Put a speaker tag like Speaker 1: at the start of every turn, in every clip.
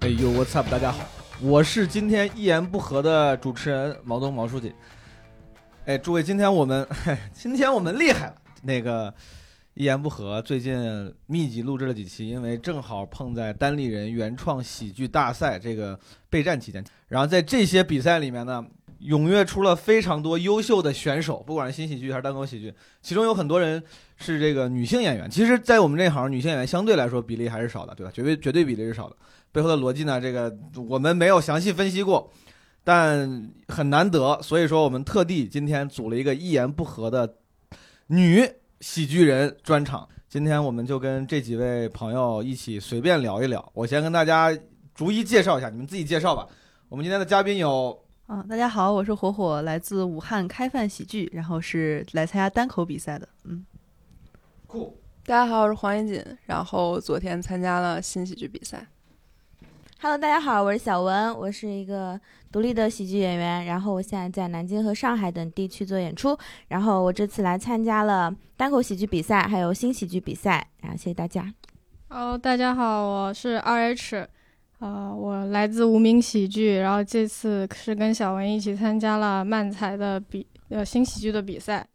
Speaker 1: 哎呦，What's up？大家好，我是今天一言不合的主持人毛东毛书记。哎，诸位，今天我们， 嘿今天我们厉害了。那个一言不合，最近密集录制了几期，因为正好碰在单立人原创喜剧大赛这个备战期间，然后在这些比赛里面呢，踊跃出了非常多优秀的选手，不管是新喜剧还是单口喜剧，其中有很多人是这个女性演员。其实，在我们这行，女性演员相对来说比例还是少的，对吧？绝对绝对比例是少的。背后的逻辑呢，这个我们没有详细分析过，但很难得，所以说我们特地今天组了一个一言不合的女喜剧人专场。今天我们就跟这几位朋友一起随便聊一聊。我先跟大家逐一介绍一下，你们自己介绍吧。我们今天的嘉宾有
Speaker 2: 啊，大家好，我是火火，来自武汉开饭喜剧，然后是来参加单口比赛的。嗯，
Speaker 1: 酷，
Speaker 3: 大家好，我是黄一锦，然后昨天参加了新喜剧比赛。
Speaker 4: Hello，大家好，我是小文，我是一个独立的喜剧演员，然后我现在在南京和上海等地区做演出，然后我这次来参加了单口喜剧比赛，还有新喜剧比赛，然后谢谢大家。
Speaker 5: 哦，大家好，我是 RH，啊、我来自无名喜剧，然后这次是跟小文一起参加了漫才的比呃新喜剧的比赛。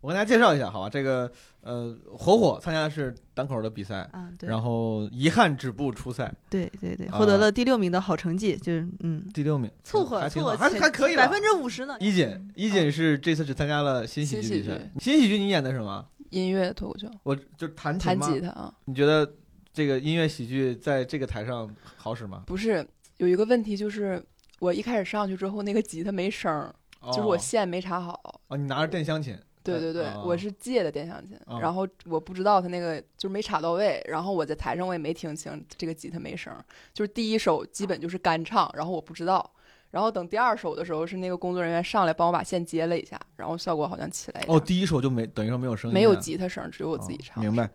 Speaker 1: 我跟大家介绍一下，好吧？这个呃，火火参加的是单口的比赛，
Speaker 2: 啊，对，
Speaker 1: 然后遗憾止步初赛，
Speaker 2: 对对对，
Speaker 1: 啊
Speaker 2: 获得了第六名的好成绩，就是嗯，
Speaker 1: 第六名，
Speaker 2: 凑合
Speaker 1: 还挺
Speaker 2: 凑
Speaker 1: 好
Speaker 2: 合，
Speaker 1: 还还可以了
Speaker 2: 百分之五十呢。
Speaker 1: 一锦，一锦是这次只参加了新喜剧比赛。新喜剧你演的什么？
Speaker 3: 音乐脱口秀，
Speaker 1: 我就弹琴
Speaker 3: 弹
Speaker 1: 吗？
Speaker 3: 吉他啊，
Speaker 1: 你觉得这个音乐喜剧在这个台上好使吗？
Speaker 3: 不是有一个问题就是。我一开始上去之后，那个吉他没声儿，
Speaker 1: 哦
Speaker 3: 就是我线没插好。
Speaker 1: 哦，你拿着电箱琴。
Speaker 3: 对对对，
Speaker 1: 哦
Speaker 3: 我是借的电响琴，
Speaker 1: 哦
Speaker 3: 然后我不知道他那个就是没插到位，然后我在台上我也没听清这个吉他没声儿，就是第一首基本就是干唱，然后我不知道，然后等第二首的时候是那个工作人员上来帮我把线接了一下，然后效果好像起来一点
Speaker 1: 哦，第一首就没等于说没有声音，啊
Speaker 3: 没有吉他声儿，只有我自己
Speaker 1: 哦
Speaker 3: 唱。
Speaker 1: 明白。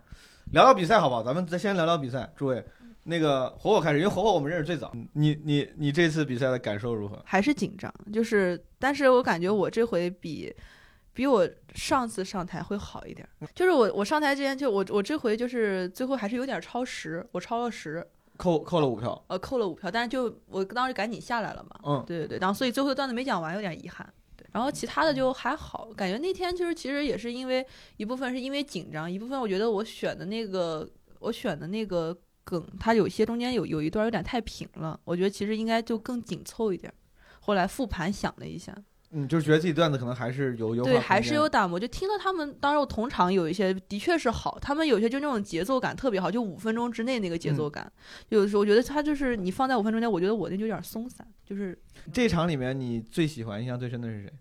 Speaker 1: 聊聊比赛好不好？咱们再先聊聊比赛，诸位。那个火火开始，因为火火我们认识最早。你你你这次比赛的感受如何？
Speaker 2: 还是紧张，就是，但是我感觉我这回比比我上次上台会好一点
Speaker 1: 嗯
Speaker 2: 儿，就是我我上台之前就我我这回就是最后还是有点超时，我超了十，
Speaker 1: 扣扣了五票，
Speaker 2: 呃，扣了五票，但是就我当时赶紧下来了嘛，
Speaker 1: 嗯，
Speaker 2: 对对对，然后所以最后段子没讲完，有点遗憾。对，然后其他的就还好，感觉那天就是其实也是因为一部分是因为紧张，一部分我觉得我选的那个我选的那个梗，它有些中间有有一段有点太平了，我觉得其实应该就更紧凑一点。后来复盘想了一下，
Speaker 1: 嗯，就是觉得自己段子可能还是有有
Speaker 2: 对，还是有打磨。就听到他们，当时我同场有一些的确是好，他们有些就那种节奏感特别好，就五分钟之内那个节奏感。有的时候我觉得他就是你放在五分钟内，我觉得我那就有点松散，就是
Speaker 1: 这场里面你最喜欢、印象最深的是谁？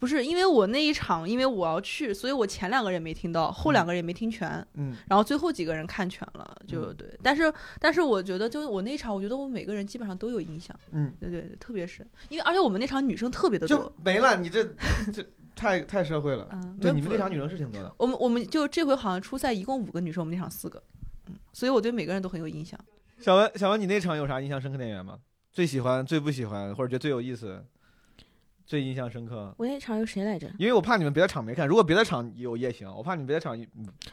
Speaker 2: 不是因为我那一场，因为我要去，所以我前两个人没听到，后两个人也没听全，
Speaker 1: 嗯，
Speaker 2: 然后最后几个人看全了，就对。但是，但是我觉得，就我那一场，我觉得我每个人基本上都有印象，
Speaker 1: 嗯，
Speaker 2: 对对对，特别是因为而且我们那场女生特别的
Speaker 1: 就
Speaker 2: 多，
Speaker 1: 没了。你这这太太社会了。
Speaker 2: 嗯，
Speaker 1: 对，
Speaker 2: 没
Speaker 1: 你们
Speaker 2: 有不
Speaker 1: 那场女生是挺多的。
Speaker 2: 我们我们就这回好像初赛一共五个女生，我们那场四个，嗯，所以我对每个人都很有印象。
Speaker 1: 小文，小文，你那场有啥印象深刻的演员吗？最喜欢、最不喜欢，或者觉得最有意思、最印象深刻？
Speaker 4: 我那场有谁来着？
Speaker 1: 因为我怕你们别的场没看，如果别的场有也行，我怕你们别的场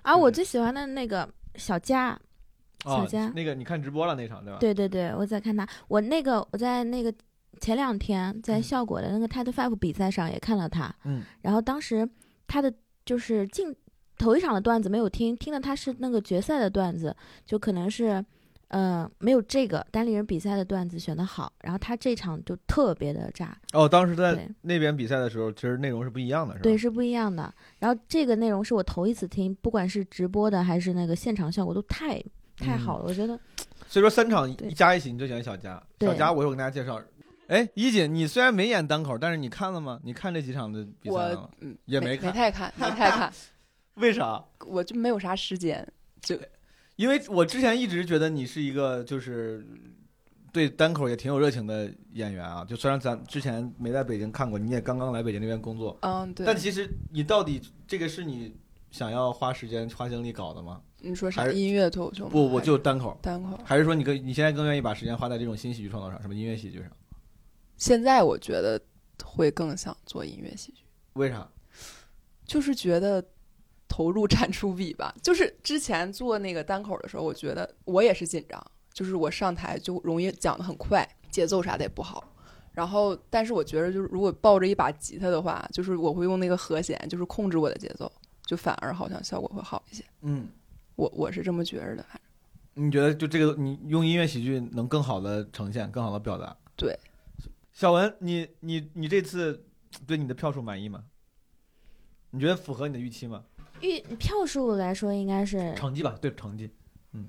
Speaker 4: 啊，我最喜欢的那个小佳，
Speaker 1: 啊
Speaker 4: 小佳
Speaker 1: 那个你看直播了那场对吧？
Speaker 4: 对对对，我在看他，我那个我在那个前两天在
Speaker 1: 嗯
Speaker 4: 效果的那个 Title Five 比赛上也看了他，
Speaker 1: 嗯，
Speaker 4: 然后当时他的就是进头一场的段子没有听，听的他是那个决赛的段子，就可能是。呃，没有这个单立人比赛的段子选的好，然后他这场就特别的炸，
Speaker 1: 哦，当时在
Speaker 4: 对
Speaker 1: 那边比赛的时候，其实内容是不一样的，是吧？
Speaker 4: 对，是不一样的。然后这个内容是我头一次听，不管是直播的还是那个现场效果，都太太
Speaker 1: 嗯
Speaker 4: 好了，我觉得
Speaker 1: 所以说三场
Speaker 4: 对
Speaker 1: 一加一起，你就喜欢小佳。
Speaker 4: 对
Speaker 1: 小佳，我一会儿跟大家介绍。哎，一姐，你虽然没演单口，但是你看了吗？你看这几场的比赛了吗
Speaker 3: 我？嗯
Speaker 1: 也没
Speaker 3: 没
Speaker 1: 看
Speaker 3: 太看，没太看，
Speaker 1: 为啥？
Speaker 3: 我就没有啥时间。
Speaker 1: 因为我之前一直觉得你是一个就是对单口也挺有热情的演员啊，就虽然咱之前没在北京看过，你也刚刚来北京那边工作，
Speaker 3: 嗯，对
Speaker 1: 但。其实你到底这个是你想要花时间花精力搞的吗？
Speaker 3: 你说
Speaker 1: 还
Speaker 3: 啥
Speaker 1: 是
Speaker 3: 音乐脱口秀吗？
Speaker 1: 不，我
Speaker 3: 还是
Speaker 1: 就单口，
Speaker 3: 单口。
Speaker 1: 还是说你更你现在更愿意把时间花在这种新喜剧创作上，什么音乐喜剧上？
Speaker 3: 现在我觉得会更想做音乐喜剧，
Speaker 1: 为啥？
Speaker 3: 就是觉得投入产出比吧。就是之前做那个单口的时候，我觉得我也是紧张，就是我上台就容易讲得很快，节奏啥的也不好。然后，但是我觉得就是如果抱着一把吉他的话，就是我会用那个和弦，就是控制我的节奏，就反而好像效果会好一些。
Speaker 1: 嗯，
Speaker 3: 我我是这么觉着的，反正
Speaker 1: 你觉得就这个，你用音乐喜剧能更好的呈现，更好的表达？
Speaker 3: 对。
Speaker 1: 小文，你你你这次对你的票数满意吗？你觉得符合你的预期吗？
Speaker 4: 预票数来说应该是
Speaker 1: 成绩吧，对成绩，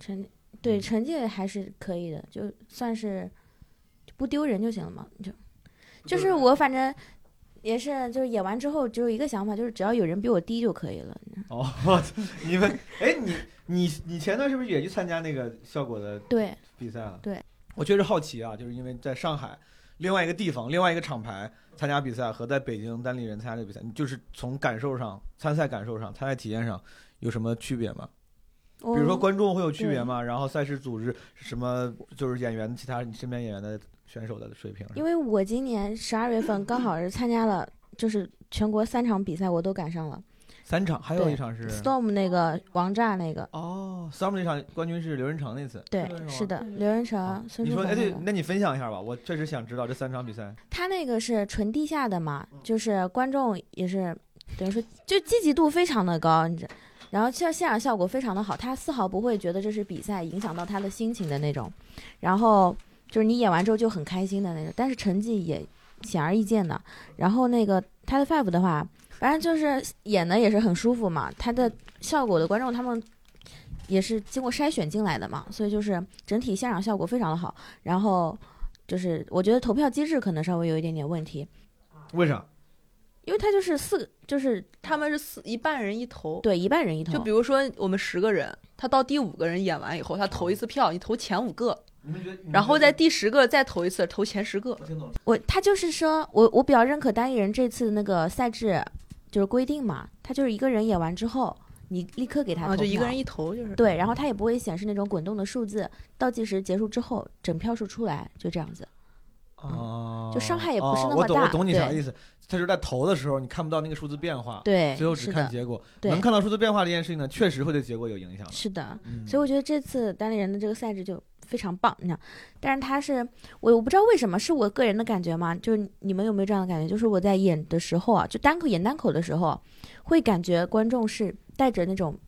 Speaker 4: 成
Speaker 1: 嗯
Speaker 4: 对成绩还是可以的，就算是就不丢人就行了嘛。就就是
Speaker 1: 啊
Speaker 4: 我反正也是，就是演完之后只有一个想法，就是只要有人比我低就可以了。
Speaker 1: 哦，你们哎，你你你前段是不是也去参加那个效果的
Speaker 4: 对，
Speaker 1: 比赛了？
Speaker 4: 对，
Speaker 1: 我确实好奇啊，就是因为在上海另外一个地方、另外一个厂牌参加比赛和在北京单立人参加这个比赛，你就是从感受上、参赛感受上、参赛体验上有什么区别吗？
Speaker 4: 比
Speaker 1: 比如说观众会有区别吗？然后赛事组织什么，就是演员其他你身边演员的选手的水平是吧，
Speaker 4: 因为我今年十二月份刚好是参加了，就是全国三场比赛我都赶上了。
Speaker 1: 三场还有
Speaker 4: 对
Speaker 1: 一场是
Speaker 4: Storm 那个王炸那个，
Speaker 1: 哦，Storm 那场冠军是刘仁成那次，
Speaker 4: 对
Speaker 1: 刘仁，成
Speaker 4: 是
Speaker 1: 吗。
Speaker 4: 的，刘仁成
Speaker 1: 啊、
Speaker 4: 孙
Speaker 1: 你
Speaker 4: 书
Speaker 1: 说
Speaker 4: 鹏
Speaker 1: 哎
Speaker 4: 那
Speaker 1: 对
Speaker 4: 个，，
Speaker 1: 那你分享一下吧，我确实想知道这三场比赛。
Speaker 4: 他那个是纯地下的嘛，就是观众也是等于说就积极度非常的高，你知，然后现现场效果非常的好，他丝毫不会觉得这是比赛影响到他的心情的那种，然后就是你演完之后就很开心的那种，但是成绩也显而易见的。然后那个他的 Five 的话，反正就是演的也是很舒服嘛，他的效果的观众他们。也是经过筛选进来的嘛，所以就是整体现场效果非常的好，然后就是我觉得投票机制可能稍微有一点点问题，
Speaker 1: 为啥？
Speaker 4: 因为它就是四个，就是
Speaker 2: 他们是四一半人一投，
Speaker 4: 对一半人一投，
Speaker 1: 哦
Speaker 2: 就比如说我们十个人，他到第五个人演完以后，他投一次票，你投前五个，
Speaker 1: 你们觉得？
Speaker 2: 然后在第十个再投一次，投前十个。
Speaker 1: 听懂
Speaker 4: 我他就是说我我比较认可单立人这次那个赛制就是规定嘛，他就是一个人演完之后，你立刻给他投
Speaker 2: 啊，
Speaker 4: 票、
Speaker 2: 就一个人一投就是。
Speaker 4: 对，然后他也不会显示那种滚动的数字，倒计时结束之后整票数出来就这样子。
Speaker 1: 哦，
Speaker 4: 就伤害也不是那
Speaker 1: 哦
Speaker 4: 么
Speaker 1: 我懂，我
Speaker 4: 大
Speaker 1: 懂你啥
Speaker 4: 对
Speaker 1: 意思。他就是在投的时候，你看不到那个数字变化，
Speaker 4: 对，
Speaker 1: 最后只
Speaker 4: 是
Speaker 1: 看
Speaker 4: 的，
Speaker 1: 结果。
Speaker 4: 对
Speaker 1: 能看到数字变化这件事情呢，确实会对结果有影响的。
Speaker 4: 是的。
Speaker 1: 嗯
Speaker 4: 所以我觉得这次单立人的这个赛制就非常棒，你知道。但是他是我我不知道为什么是我个人的感觉嘛，就是你们有没有这样的感觉？就是我在演的时候啊，就单口演单口的时候，啊会感觉观众是带着那种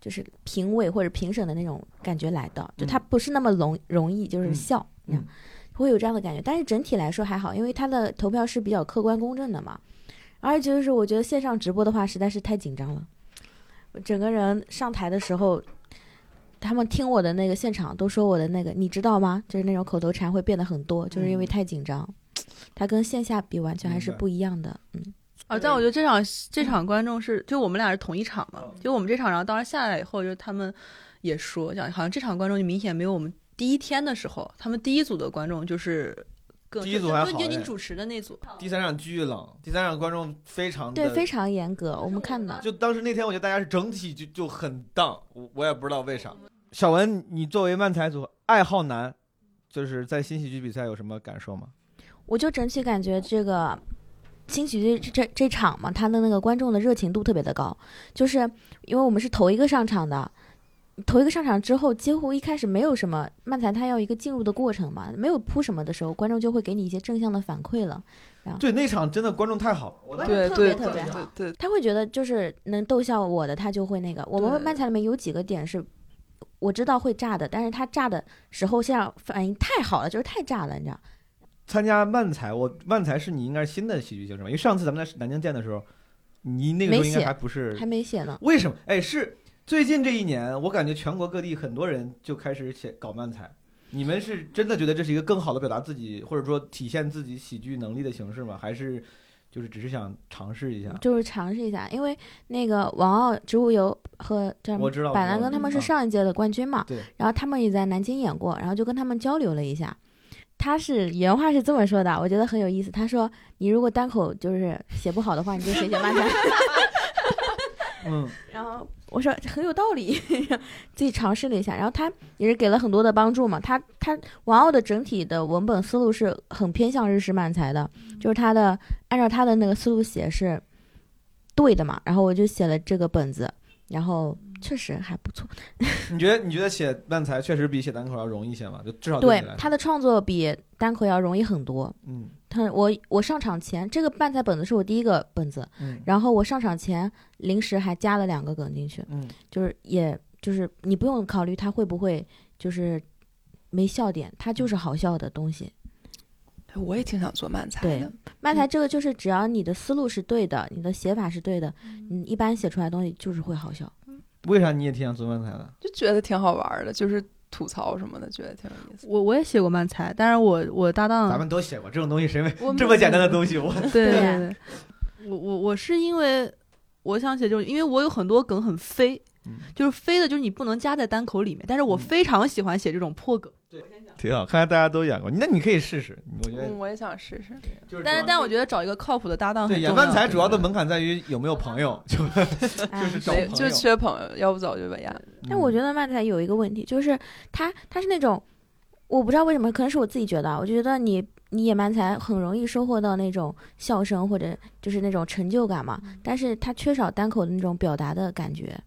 Speaker 4: 就是评委或者评审的那种感觉来的，就他不是那么容容易就是
Speaker 1: 嗯
Speaker 4: 笑，你知道
Speaker 1: 嗯
Speaker 4: 会有这样的感觉。但是整体来说还好，因为他的投票是比较客观公正的嘛。而且就是我觉得线上直播的话实在是太紧张了，我整个人上台的时候，他们听我的那个现场都说我的那个你知道吗？就是那种口头禅会变得很多，就是因为
Speaker 1: 嗯
Speaker 4: 太紧张。它跟线下比完全还是
Speaker 1: 明白
Speaker 4: 不一样的，嗯，
Speaker 2: 啊，但我觉得这场这场观众是，就我们俩是同一场嘛，
Speaker 1: 嗯
Speaker 2: 就我们这场，然后当时下来以后，就是他们也说，讲好像这场观众就明显没有我们第一天的时候，他们第一组的观众就是更
Speaker 1: 第一组
Speaker 2: 就
Speaker 1: 还
Speaker 2: 就
Speaker 1: 好
Speaker 2: 就
Speaker 1: 哎
Speaker 2: 你主持的那组，
Speaker 1: 第三场巨冷，第三场观众非常
Speaker 4: 对，
Speaker 1: 的
Speaker 4: 非常严格。我们看的，
Speaker 1: 就当时那天，我觉得大家是整体就就很荡，我我也不知道为啥。小文，你作为漫才组爱好男，就是在新喜剧比赛有什么感受吗？
Speaker 4: 我就整体感觉这个新喜剧这这这场嘛，他的那个观众的热情度特别的高，就是因为我们是头一个上场的，头一个上场之后，几乎一开始没有什么漫才，它要一个进入的过程嘛，没有铺什么的时候，观众就会给你一些正向的反馈了，
Speaker 1: 对，那场真的观众太好了，我当时
Speaker 3: 对
Speaker 4: 特
Speaker 3: 对
Speaker 4: 别特别
Speaker 3: 对
Speaker 4: 好
Speaker 3: 对对，
Speaker 4: 他会觉得就是能逗笑我的，他就会那个。我
Speaker 2: 对
Speaker 4: 们漫才里面有几个点是我知道会炸的，但是他炸的时候现场反应太好了，就是太炸了，你知道。
Speaker 1: 参加漫才，我漫才是你应该是新的喜剧形式吧？因为上次咱们在南京见的时候，你那个时候
Speaker 4: 没
Speaker 1: 应
Speaker 4: 写
Speaker 1: 该还不是
Speaker 4: 还没写呢。
Speaker 1: 为什么？哎，是最近这一年，我感觉全国各地很多人就开始写搞漫才。你们是真的觉得这是一个更好的表达自己，或者说体现自己喜剧能力的形式吗？还是就是只是想尝试一下？
Speaker 4: 就是尝试一下，因为那个王傲、植物油和这
Speaker 1: 我知道
Speaker 4: 板蓝
Speaker 1: 我知道
Speaker 4: 根他们
Speaker 1: 嗯
Speaker 4: 是上一届的冠军嘛，
Speaker 1: 对
Speaker 4: 然后他们也在南京演过，然后就跟他们交流了一下。他是原话是这么说的，我觉得很有意思。他说：“你如果单口就是写不好的话，你就写写漫才。
Speaker 1: 嗯，”
Speaker 4: 然后我说很有道理， 自己尝试了一下。然后他也是给了很多的帮助嘛。他他王傲的整体的文本思路是很偏向日式漫才的，就是他的按照他的那个思路写是对的嘛。然后我就写了这个本子，然后确实还不错。
Speaker 1: 你觉得你觉得写漫才确实比写单口要容易一些吗？就至少
Speaker 4: 哦对
Speaker 1: 你来说，
Speaker 4: 他的创作比单口要容易很多。
Speaker 1: 嗯
Speaker 4: 他我我上场前，这个漫才本子是我第一个本子，
Speaker 1: 嗯
Speaker 4: 然后我上场前临时还加了两个梗进去，
Speaker 1: 嗯，
Speaker 4: 就是也就是你不用考虑他会不会就是没笑点，他就是好笑的东西。
Speaker 3: 我也挺想做漫才的
Speaker 4: 对，漫才这个就是只要你的思路是对的，你的写法是对的，你一般写出来的东西就是会好笑。
Speaker 1: 为啥你也挺想做漫才的？
Speaker 3: 就觉得挺好玩儿的，就是吐槽什么的，觉得挺有意思。
Speaker 2: 我我也写过漫才，但是我我搭档
Speaker 1: 咱们都写过这种东西，谁没
Speaker 2: 我
Speaker 1: 这么简单的东西？我
Speaker 2: 对
Speaker 4: 对
Speaker 2: 对对，我我我是因为我想写这种，因为我有很多梗很飞，
Speaker 1: 嗯
Speaker 2: 就是飞的，就是你不能加在单口里面，但是我
Speaker 1: 嗯
Speaker 2: 非常喜欢写这种破梗。
Speaker 1: 挺好，看来大家都演过，那你可以试试。我觉得
Speaker 3: 嗯，我也想试试。
Speaker 1: 就是主要，
Speaker 2: 但是，但我觉得找一个靠谱的搭档
Speaker 1: 对
Speaker 2: 很
Speaker 1: 演
Speaker 2: 重要。
Speaker 1: 漫才主要的门槛在于有没有朋友， 就
Speaker 4: 哎
Speaker 1: 是找
Speaker 3: 没，
Speaker 1: 朋
Speaker 3: 就
Speaker 1: 友
Speaker 3: 缺朋友，要不早就把演了。
Speaker 4: 但
Speaker 2: 嗯
Speaker 4: 我觉得漫才有一个问题，就是他他是那种，我不知道为什么，可能是我自己觉得啊，我就觉得你你演漫才很容易收获到那种笑声或者就是那种成就感嘛，
Speaker 2: 嗯
Speaker 4: 但是他缺少单口的那种表达的感觉。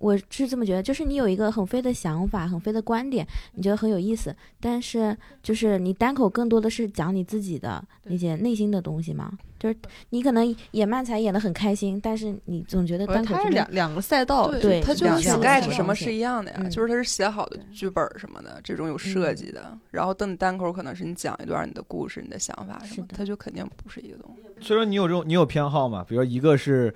Speaker 4: 我是这么觉得，就是你有一个很飞的想法，很飞的观点，你觉得很有意思，但是就是你单口更多的是讲你自己的那些内心的东西嘛，就是你可能演漫才演的很开心，但是你总觉得
Speaker 2: 我觉
Speaker 4: 呃单
Speaker 2: 得
Speaker 4: 口
Speaker 2: 它
Speaker 4: 这
Speaker 2: 是
Speaker 4: 边
Speaker 2: 呃两两个赛道，
Speaker 4: 对
Speaker 3: 它就
Speaker 2: 两两
Speaker 3: 跟
Speaker 2: 个赛
Speaker 3: sketch
Speaker 2: 道
Speaker 3: 什么是一样的呀，
Speaker 4: 嗯
Speaker 3: 就是它是写好的剧本什么的，这种有设计的。然后邓单口可能是你讲一段你的故事、你的想法什
Speaker 4: 是
Speaker 3: 么，
Speaker 4: 的
Speaker 3: 它就肯定不是一个东西。
Speaker 2: 嗯
Speaker 1: 所以说你有这种你有偏好嘛？比如一个是，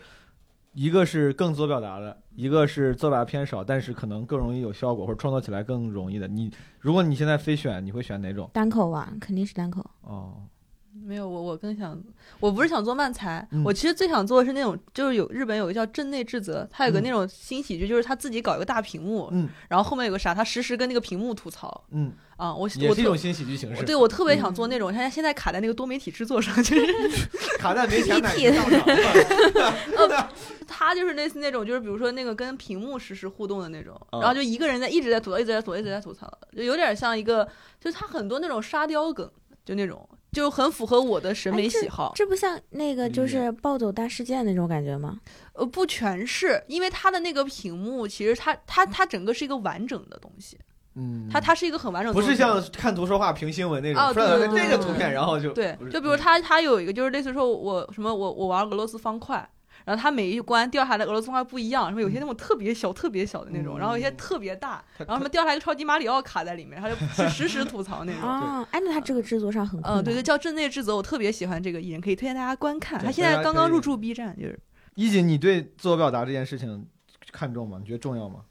Speaker 1: 一个是更做表达的，一个是做表达偏少，但是可能更容易有效果或者创作起来更容易的。你如果你现在非选，你会选哪种？
Speaker 4: 单口啊，肯定是单口。
Speaker 1: 哦，
Speaker 2: 没有我我更想，我不是想做漫才，
Speaker 1: 嗯
Speaker 2: 我其实最想做的是那种，就是有日本有个叫镇内智则，他有个
Speaker 1: 嗯
Speaker 2: 那种新喜剧，就是他自己搞一个大屏幕，
Speaker 1: 嗯
Speaker 2: 然后后面有个啥，他实时跟那个屏幕吐槽
Speaker 1: 嗯，
Speaker 2: 啊，我
Speaker 1: 也
Speaker 2: 我
Speaker 1: 是一
Speaker 2: 特
Speaker 1: 种新喜剧形
Speaker 2: 我
Speaker 1: 式，嗯
Speaker 2: 对我特别想做那种，现在现在卡在那个多媒体制作上，就是
Speaker 1: 卡在没钱买
Speaker 4: 立体
Speaker 1: 票上。
Speaker 2: 他就是类似那种，就是比如说那个跟屏幕实时互动的那种，
Speaker 1: 嗯
Speaker 2: 然后就一个人在一直在吐槽，一直在吐槽，一直在吐槽，就有点像一个，就是他很多那种沙雕梗，就那种就很符合我的审美
Speaker 4: 哎
Speaker 2: 喜好。嗯
Speaker 4: 这不像那个就
Speaker 1: 理解
Speaker 4: 是暴走大事件那种感觉吗？
Speaker 2: 呃，不全是，因为它的那个屏幕，其实它它它整个是一个完整的东西，
Speaker 1: 嗯，
Speaker 2: 它它是一个很完整的
Speaker 1: 不
Speaker 2: 东西。
Speaker 1: 是像看图说话评新闻那种，
Speaker 2: 哦
Speaker 1: 说两个
Speaker 2: 对对
Speaker 1: 这个
Speaker 2: 对
Speaker 1: 图
Speaker 2: 对
Speaker 1: 片，然后就
Speaker 2: 对
Speaker 1: 不，是嗯
Speaker 2: 就比如它它有一个就是类似说我什么我我玩俄罗斯方块。然后它每一关掉下来的俄罗斯方块不一样，什么有些那种特别小、特别小的那种，然后有些
Speaker 1: 嗯
Speaker 2: 特别大，
Speaker 1: 它
Speaker 2: 然后什么掉下来一个超级马里奥卡在里面，他就实时吐槽那种。
Speaker 4: 啊，哎，那他这个制作上很困
Speaker 2: 嗯，
Speaker 4: 难。
Speaker 2: 对对，叫镇内智则，我特别喜欢这个艺人，可以推荐大家观看。
Speaker 1: 对
Speaker 2: 他现
Speaker 1: 大
Speaker 2: 在
Speaker 1: 家
Speaker 2: 刚
Speaker 1: 可
Speaker 2: 刚
Speaker 1: 以
Speaker 2: 入驻 B 站，就是
Speaker 1: 一锦，你对自我表达这件事情看重吗？你觉得重要吗？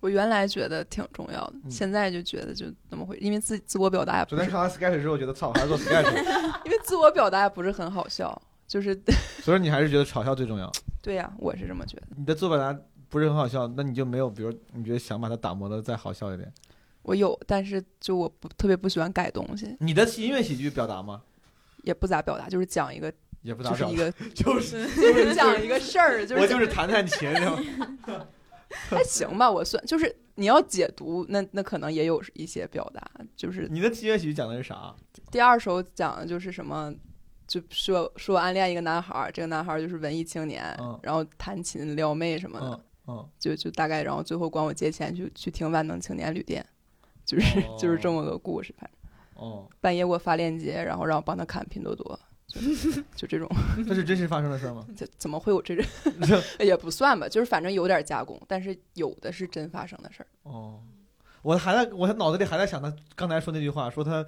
Speaker 3: 我原来觉得挺重要的，
Speaker 1: 嗯
Speaker 3: 现在就觉得就那么回，因为自自我表达也
Speaker 1: 昨
Speaker 3: 不
Speaker 1: 天
Speaker 3: 是，
Speaker 1: 看完 sketch 之后，觉得操，还是做 sketch，
Speaker 3: 因为自我表达也不是很好笑，就是
Speaker 1: 所以说你还是觉得嘲笑最重要。
Speaker 3: 对呀、我是这么觉得。
Speaker 1: 你的自我表达不是很好笑，那你就没有，比如你觉得想把它打磨的再好笑一点。
Speaker 3: 我有，但是就我不特别不喜欢改东西，
Speaker 1: 你的音乐喜剧表达吗？
Speaker 3: 也不咋表达，就是讲一个，
Speaker 1: 也不咋
Speaker 3: 就是
Speaker 1: 表
Speaker 3: 一
Speaker 1: 达，
Speaker 3: 个，
Speaker 1: 就是
Speaker 3: 就是讲一个事儿，就是
Speaker 1: 我就是弹弹琴，然 后
Speaker 3: 还行吧，我算就是你要解读，那那可能也有一些表达，就是
Speaker 1: 你的音乐喜剧讲的是啥？
Speaker 3: 第二首讲的就是什么，就说说暗恋一个男孩儿，这个男孩儿就是文艺青年，
Speaker 1: 嗯
Speaker 3: 然后弹琴撩妹什么的，
Speaker 1: 嗯嗯，
Speaker 3: 就就大概，然后最后管我借钱去去听万能青年旅店，就是、
Speaker 1: 哦
Speaker 3: 就是这么个故事，反正
Speaker 1: 哦，
Speaker 3: 半夜给我发链接，然后让我帮他看拼多多。就就这种，
Speaker 1: 这是真实发生的事儿吗？
Speaker 3: 这怎么会有 这种？也不算吧，就是反正有点加工，但是有的是真发生的事儿。
Speaker 1: 哦，我还在我脑子里还在想他刚才说那句话，说他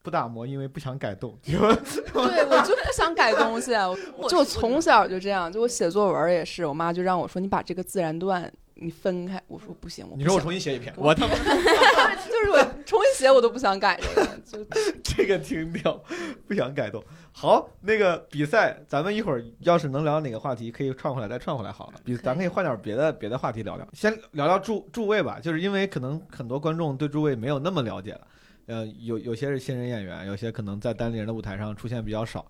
Speaker 1: 不打磨，因为不想改动。
Speaker 3: 对，我就不想改东西，啊我就我从小就这样，就我写作文儿也是，我妈就让我说你把这个自然段你分开，我说不行，我不
Speaker 1: 你说我
Speaker 3: 想
Speaker 1: 重新写一篇，我他妈
Speaker 3: 就是我重新写我都不想改这个，就
Speaker 1: 这个停掉，不想改动。好，那个比赛，咱们一会儿要是能聊哪个话题，可以串回来再串回来好了。比咱可以换点别的别的话题聊聊，先聊聊诸诸位吧，就是因为可能很多观众对诸位没有那么了解了，呃，有有些是新人演员，有些可能在单立人的舞台上出现比较少。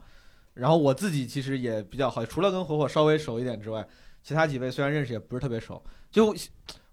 Speaker 1: 然后我自己其实也比较好，除了跟火火稍微熟一点之外，其他几位虽然认识也不是特别熟。就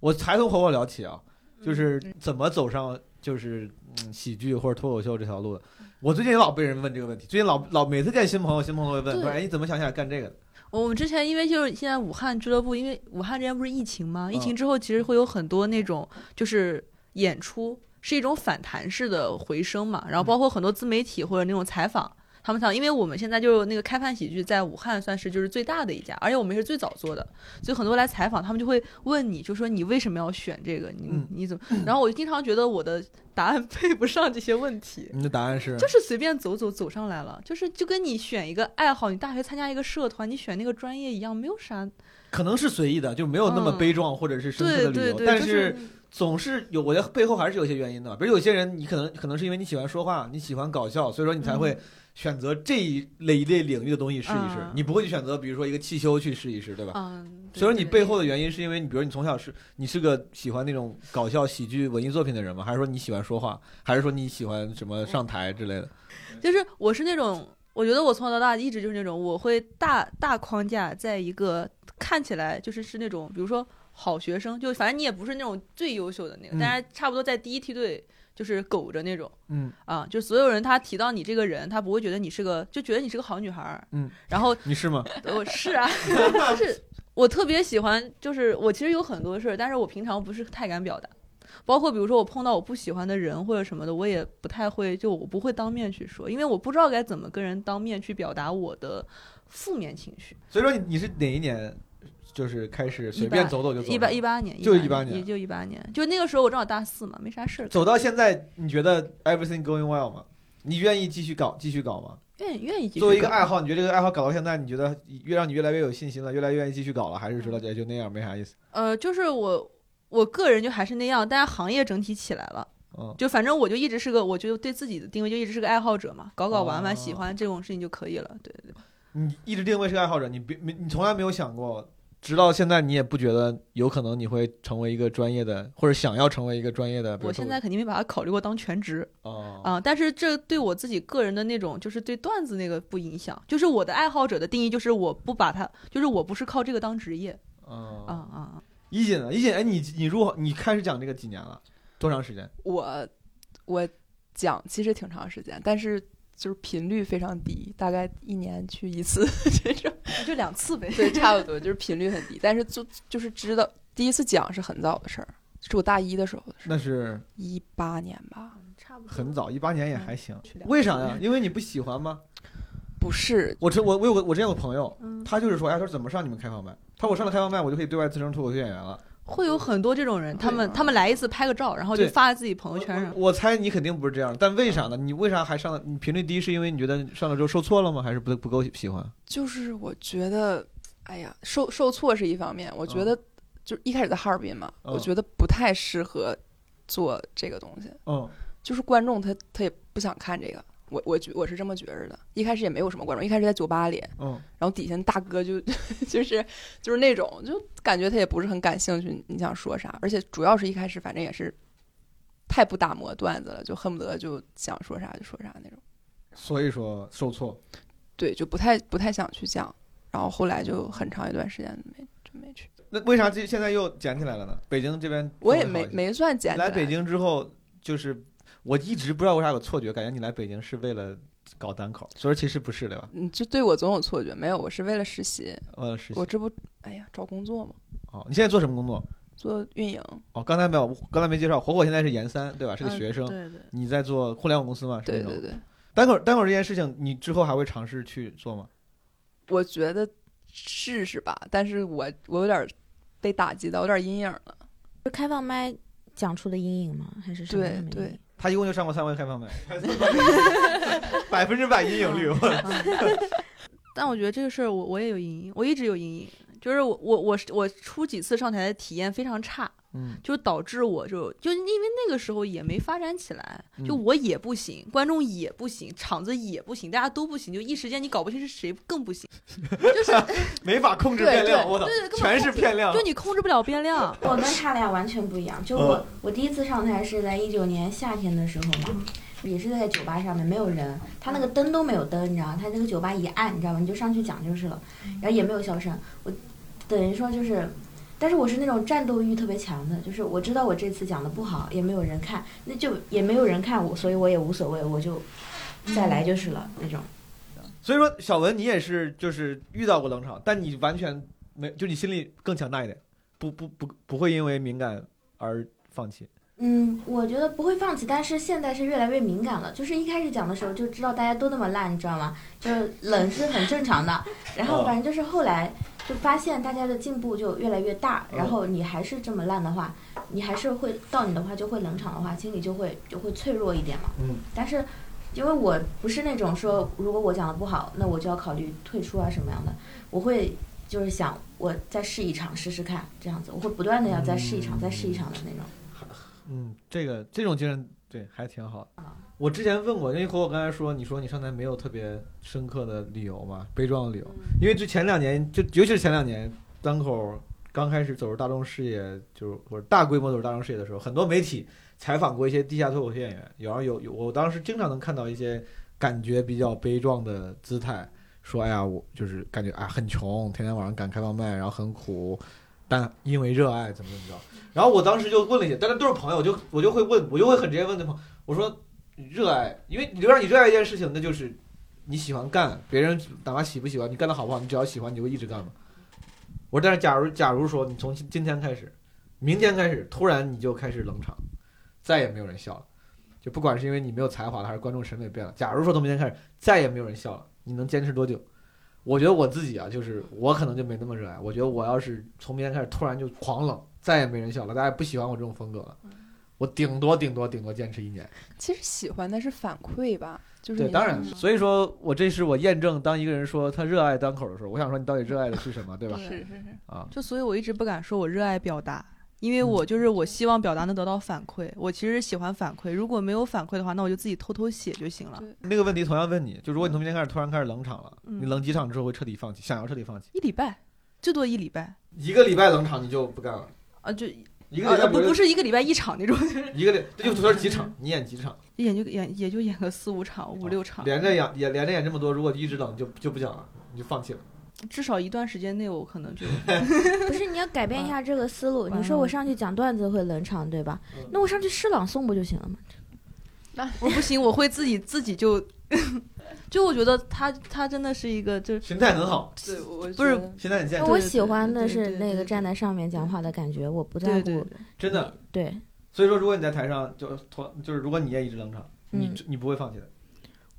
Speaker 1: 我才从火火聊起啊，就是怎么走上就是嗯喜剧或者脱口秀这条路的。我最近也老被人问这个问题，最近老老每次见新朋友，新朋友会问
Speaker 2: 对
Speaker 1: 说：“哎，你怎么想起来干这个的？”
Speaker 2: 哦我们之前因为就是现在武汉俱乐部，因为武汉之前不是疫情吗？疫情之后其实会有很多那种就是演出是一种反弹式的回升嘛，然后包括很多自媒体或者那种采访。他们想，因为我们现在就那个开饭喜剧在武汉算是就是最大的一家，而且我们也是最早做的，所以很多来采访，他们就会问你，就说你为什么要选这个？你
Speaker 1: 嗯
Speaker 2: 你怎么？然后我就经常觉得我的答案 配不上这些问题。
Speaker 1: 你的答案是
Speaker 2: 就是随便走走走上来了，就是就跟你选一个爱好，你大学参加一个社团，你选那个专业一样，没有啥。
Speaker 1: 可能是随意的，就没有那么悲壮或者是深刻的理
Speaker 2: 对嗯对
Speaker 1: 由，
Speaker 2: 对，
Speaker 1: 但
Speaker 2: 就是
Speaker 1: 是总是有我的背后还是有一些原因的吧。比如有些人，你可能可能是因为你喜欢说话，你喜欢搞笑，所以说你才会选择这一类一类领域的东西试一试
Speaker 2: 嗯，
Speaker 1: 你不会去选择比如说一个汽修去试一试，对吧？
Speaker 2: 嗯，
Speaker 1: 啊
Speaker 2: 对
Speaker 1: 所以说你背后
Speaker 2: 对
Speaker 1: 的原因是因为你，比如你从小是你是个喜欢那种搞笑、喜剧、文艺作品的人吗？还是说你喜欢说话？还是说你喜欢什么上台之类的？
Speaker 2: 就是我是那种，我觉得我从小到大一直就是那种，我会大大框架在一个看起来就是是那种，比如说好学生，就反正你也不是那种最优秀的那个，
Speaker 1: 嗯
Speaker 2: 但是差不多在第一梯队就是苟着那种。
Speaker 1: 嗯，
Speaker 2: 啊，就所有人他提到你这个人，他不会觉得你是个，就觉得你是个好女孩儿。
Speaker 1: 嗯，
Speaker 2: 然后
Speaker 1: 你是吗？
Speaker 2: 我是 啊，就是我特别喜欢，就是我其实有很多事儿，但是我平常不是太敢表达，包括比如说我碰到我不喜欢的人或者什么的，我也不太会，就我不会当面去说，因为我不知道该怎么跟人当面去表达我的负面情绪。
Speaker 1: 所以说你你是哪一年就是开始随便
Speaker 2: 18
Speaker 1: 走走就走？
Speaker 2: 一八一八年，
Speaker 1: 就
Speaker 2: 八
Speaker 1: 18年
Speaker 2: 也就一八年，就那个时候我正好大四嘛，没啥事儿干，
Speaker 1: 走到现在，你觉得 everything going well 吗？你愿意继续搞继续搞吗？
Speaker 2: 愿意愿意继续
Speaker 1: 作为一个
Speaker 2: 搞
Speaker 1: 爱好，你觉得这个爱好搞到现在，你觉得越让你越来越有信心了，越来越愿意继续搞了，还是觉得哎就那样没啥意思？
Speaker 2: 呃，就是我我个人就还是那样，但是行业整体起来了。
Speaker 1: 嗯，
Speaker 2: 就反正我就一直是个，我就对自己的定位就一直是个爱好者嘛，搞搞玩玩，
Speaker 1: 哦啊
Speaker 2: 喜欢这种事情就可以了。对对对，
Speaker 1: 你一直定位是个爱好者，你别没你从来没有想过，直到现在你也不觉得有可能你会成为一个专业的，或者想要成为一个专业的。比如
Speaker 2: 我
Speaker 1: 说
Speaker 2: 现在肯定没把它考虑过当全职
Speaker 1: 哦
Speaker 2: 啊、但是这对我自己个人的那种，就是对段子那个不影响。就是我的爱好者的定义，就是我不把它，就是我不是靠这个当职业啊
Speaker 1: 哦，
Speaker 2: 啊、啊
Speaker 1: 一锦呢？一锦，哎，你你入行你开始讲这个几年了？多长时间？
Speaker 3: 我我讲其实挺长时间，但是就是频率非常低，大概一年去一次 这种。
Speaker 2: 就两次呗。
Speaker 3: 对，差不多就是频率很低，但是就就是知道第一次讲是很早的事儿，是我大一的时候的事儿，
Speaker 1: 那是
Speaker 3: 一八年吧。
Speaker 2: 差不多。
Speaker 1: 很早，一八年也还行。
Speaker 2: 去两
Speaker 1: 为啥呀？因为你不喜欢吗？
Speaker 3: 不是，
Speaker 1: 我这我我有个我之前有个朋友，
Speaker 2: 嗯，
Speaker 1: 他就是说，哎，他说怎么上你们开放麦？他说我上了开放麦，我就可以对外自称脱口秀演员了。
Speaker 2: 会有很多这种人，他们
Speaker 3: 对
Speaker 2: 他们来一次拍个照，然后就
Speaker 1: 对
Speaker 2: 发在自己朋友
Speaker 1: 我
Speaker 2: 圈上。嗯
Speaker 1: 我我猜你肯定不是这样，但为啥呢？你为啥还上了？你频率低是因为你觉得上了之后受挫了吗？还是不不够喜欢？
Speaker 3: 就是我觉得，哎呀，受受挫是一方面，我觉
Speaker 1: 嗯
Speaker 3: 得就是一开始在哈尔滨嘛，我
Speaker 1: 嗯
Speaker 3: 觉得不太适合做这个东西，
Speaker 1: 嗯
Speaker 3: 就是观众他他也不想看这个。我我觉我是这么觉着的，一开始也没有什么观众，一开始在酒吧里，
Speaker 1: 嗯，
Speaker 3: 然后底下那大哥就 就是就是那种，就感觉他也不是很感兴趣，你想说啥？而且主要是一开始反正也是太不打磨段子了，就恨不得就想说啥就说啥那种，
Speaker 1: 所以说受挫。
Speaker 3: 对，就不太不太想去讲。然后后来就很长一段时间没就没去，
Speaker 1: 那为啥这现在又捡起来了呢？北京这边
Speaker 3: 我也
Speaker 1: 氛围好
Speaker 3: 没
Speaker 1: 一些
Speaker 3: 没算捡起
Speaker 1: 来北京之后，就是我一直不知道为啥有错觉，感觉你来北京是为了搞单口，所以其实不是对吧？
Speaker 3: 嗯，就对我总有错觉，没有，我是为了实习，
Speaker 1: 呃，实习
Speaker 3: 我。这不哎呀找工作嘛，
Speaker 1: 哦，你现在做什么工作？
Speaker 3: 做运营，
Speaker 1: 哦，刚才没有，刚才没介绍，火火现在是研三对吧？是个
Speaker 2: 嗯
Speaker 1: 学生。
Speaker 2: 对对。
Speaker 1: 你在做互联网公司嘛？是
Speaker 3: 对
Speaker 1: 那种
Speaker 3: 对对，
Speaker 1: 单口单口这件事情，你之后还会尝试去做吗？
Speaker 3: 我觉得试试吧，但是我我有点儿被打击到，有点儿阴影了。
Speaker 4: 是开放麦讲出的阴影吗？还是什么
Speaker 3: 对
Speaker 4: 样的
Speaker 3: 对
Speaker 4: 阴影
Speaker 1: 他一共就上过三回开放麦， 百分之百阴影率。
Speaker 3: 嗯
Speaker 2: 但我觉得这个事儿，我我也有阴影，我一直有阴影，就是我我我我出几次上台的体验非常差，
Speaker 1: 嗯，
Speaker 2: 就导致我就就因为那个时候也没发展起来，就
Speaker 1: 嗯
Speaker 2: 我也不行，观众也不行，场子也不行，大家都不行，就一时间你搞不清是谁更不行， 就是
Speaker 1: 没法控制
Speaker 3: 对
Speaker 1: 变量，
Speaker 3: 对
Speaker 1: 我操
Speaker 2: 对对，根本
Speaker 1: 全是
Speaker 2: 控制
Speaker 1: 变量
Speaker 2: 就。你控制不了变量。
Speaker 4: 我跟他俩完全不一样。就我，我第一次上台是在一九年夏天的时候嘛，也是在酒吧上面，没有人，他那个灯都没有灯，你知道吗？他那个酒吧一暗，你知道吗？你就上去讲就是了，然后也没有笑声。我等于说就是，但是我是那种战斗欲特别强的，就是我知道我这次讲的不好，也没有人看，那就也没有人看我，所以我也无所谓，我就再来就是了那种。
Speaker 1: 所以说，小文你也是就是遇到过冷场，但你完全没，就你心里更强大一点，不不不不会因为敏感而放弃。
Speaker 4: 嗯，我觉得不会放弃，但是现在是越来越敏感了。就是一开始讲的时候就知道大家都那么烂，你知道吗？就是冷是很正常的。然后反正就是后来就发现大家的进步就越来越大，
Speaker 1: 嗯
Speaker 4: 然后你还是这么烂的话，你还是会到你的话就会冷场的话，心里就会就会脆弱一点嘛。
Speaker 1: 嗯。
Speaker 4: 但是因为我不是那种说如果我讲的不好，那我就要考虑退出啊什么样的，我会。就是想我再试一场试试看，这样子我会不断的要再试一场、再试一场的那种。
Speaker 1: 嗯，这个这种精神对还挺好的。我之前问过，因为和我刚才说，你说你上台没有特别深刻的理由嘛，悲壮的理由，因为就前两年，就尤其是前两年，单口刚开始走入大众视野，就是或者大规模走入大众视野的时候，很多媒体采访过一些地下脱口秀演员，然后有有，我当时经常能看到一些感觉比较悲壮的姿态，说哎呀，我就是感觉啊很穷，天天晚上赶开放麦，然后很苦，但因为热爱怎么怎么着。然后我当时就问了一些，但是都是朋友，就我就会问，我就会很直接问对方，我说热爱，因为你让你热爱一件事情，那就是你喜欢干，别人哪怕喜不喜欢，你干的好不好，你只要喜欢，你就会一直干嘛。我说，但是假如假如说你从今天开始，明天开始，突然你就开始冷场，再也没有人笑了，就不管是因为你没有才华了，还是观众审美变了，假如说从明天开始再也没有人笑了，你能坚持多久？我觉得我自己啊，就是我可能就没那么热爱。我觉得我要是从明天开始突然就狂冷，再也没人笑了，大家也不喜欢我这种风格了，我顶多顶多顶多坚持一年。
Speaker 3: 其实喜欢的是反馈吧，就是
Speaker 1: 对，
Speaker 3: 你
Speaker 1: 当然，
Speaker 3: 嗯
Speaker 1: 所以说我这是我验证，当一个人说他热爱单口的时候，我想说你到底热爱的是什么，对吧？
Speaker 3: 是是是，
Speaker 1: 啊，
Speaker 2: 就所以我一直不敢说我热爱表达，
Speaker 1: 嗯
Speaker 2: 因为我就是我希望表达能得到反馈，我其实喜欢反馈，如果没有反馈的话，那我就自己偷偷写就行了
Speaker 3: 对。
Speaker 1: 那个问题同样问你，就如果你从明天开始突然开始冷场了，
Speaker 2: 嗯
Speaker 1: 你冷几场之后会彻底放弃，想要彻底放弃，
Speaker 2: 一礼拜，最多一礼拜
Speaker 1: 一个礼拜冷场你就不干了，
Speaker 2: 啊，就
Speaker 1: 一个礼
Speaker 2: 啊
Speaker 1: 拜
Speaker 2: 不不
Speaker 1: 是
Speaker 2: 是一个礼拜一场那种， 就是
Speaker 1: 一个礼，这就说几场，你演几场，
Speaker 2: 演就演也就演个四五场、五六
Speaker 1: 哦
Speaker 2: 场，
Speaker 1: 连着演也连着演这么多，如果一直冷就就不讲了，你就放弃了。
Speaker 2: 至少一段时间内我可能就
Speaker 4: 不是，你要改变一下这个思路。
Speaker 2: 嗯完
Speaker 4: 你说我
Speaker 2: 了
Speaker 4: 上去讲段子会冷场，对吧
Speaker 1: 嗯？
Speaker 4: 那我上去诗朗诵不就行了吗？
Speaker 2: 我不行，我会自己自己就， 就我觉得他他真的是一个就是
Speaker 1: 心态很好，
Speaker 3: 对，我
Speaker 2: 不是
Speaker 3: 觉得
Speaker 1: 心态很健康，
Speaker 4: 那
Speaker 2: 对
Speaker 4: 我
Speaker 2: 对
Speaker 4: 喜欢的
Speaker 2: 对
Speaker 4: 是
Speaker 2: 对
Speaker 4: 那个
Speaker 2: 对
Speaker 4: 站在上面讲话的感觉，我不在
Speaker 2: 对对
Speaker 4: 乎。
Speaker 2: 对
Speaker 1: 真的。
Speaker 4: 对，
Speaker 1: 所以说，如果你在台上就同就是，如果你也一直冷场，你
Speaker 4: 嗯
Speaker 1: 你不会放弃的。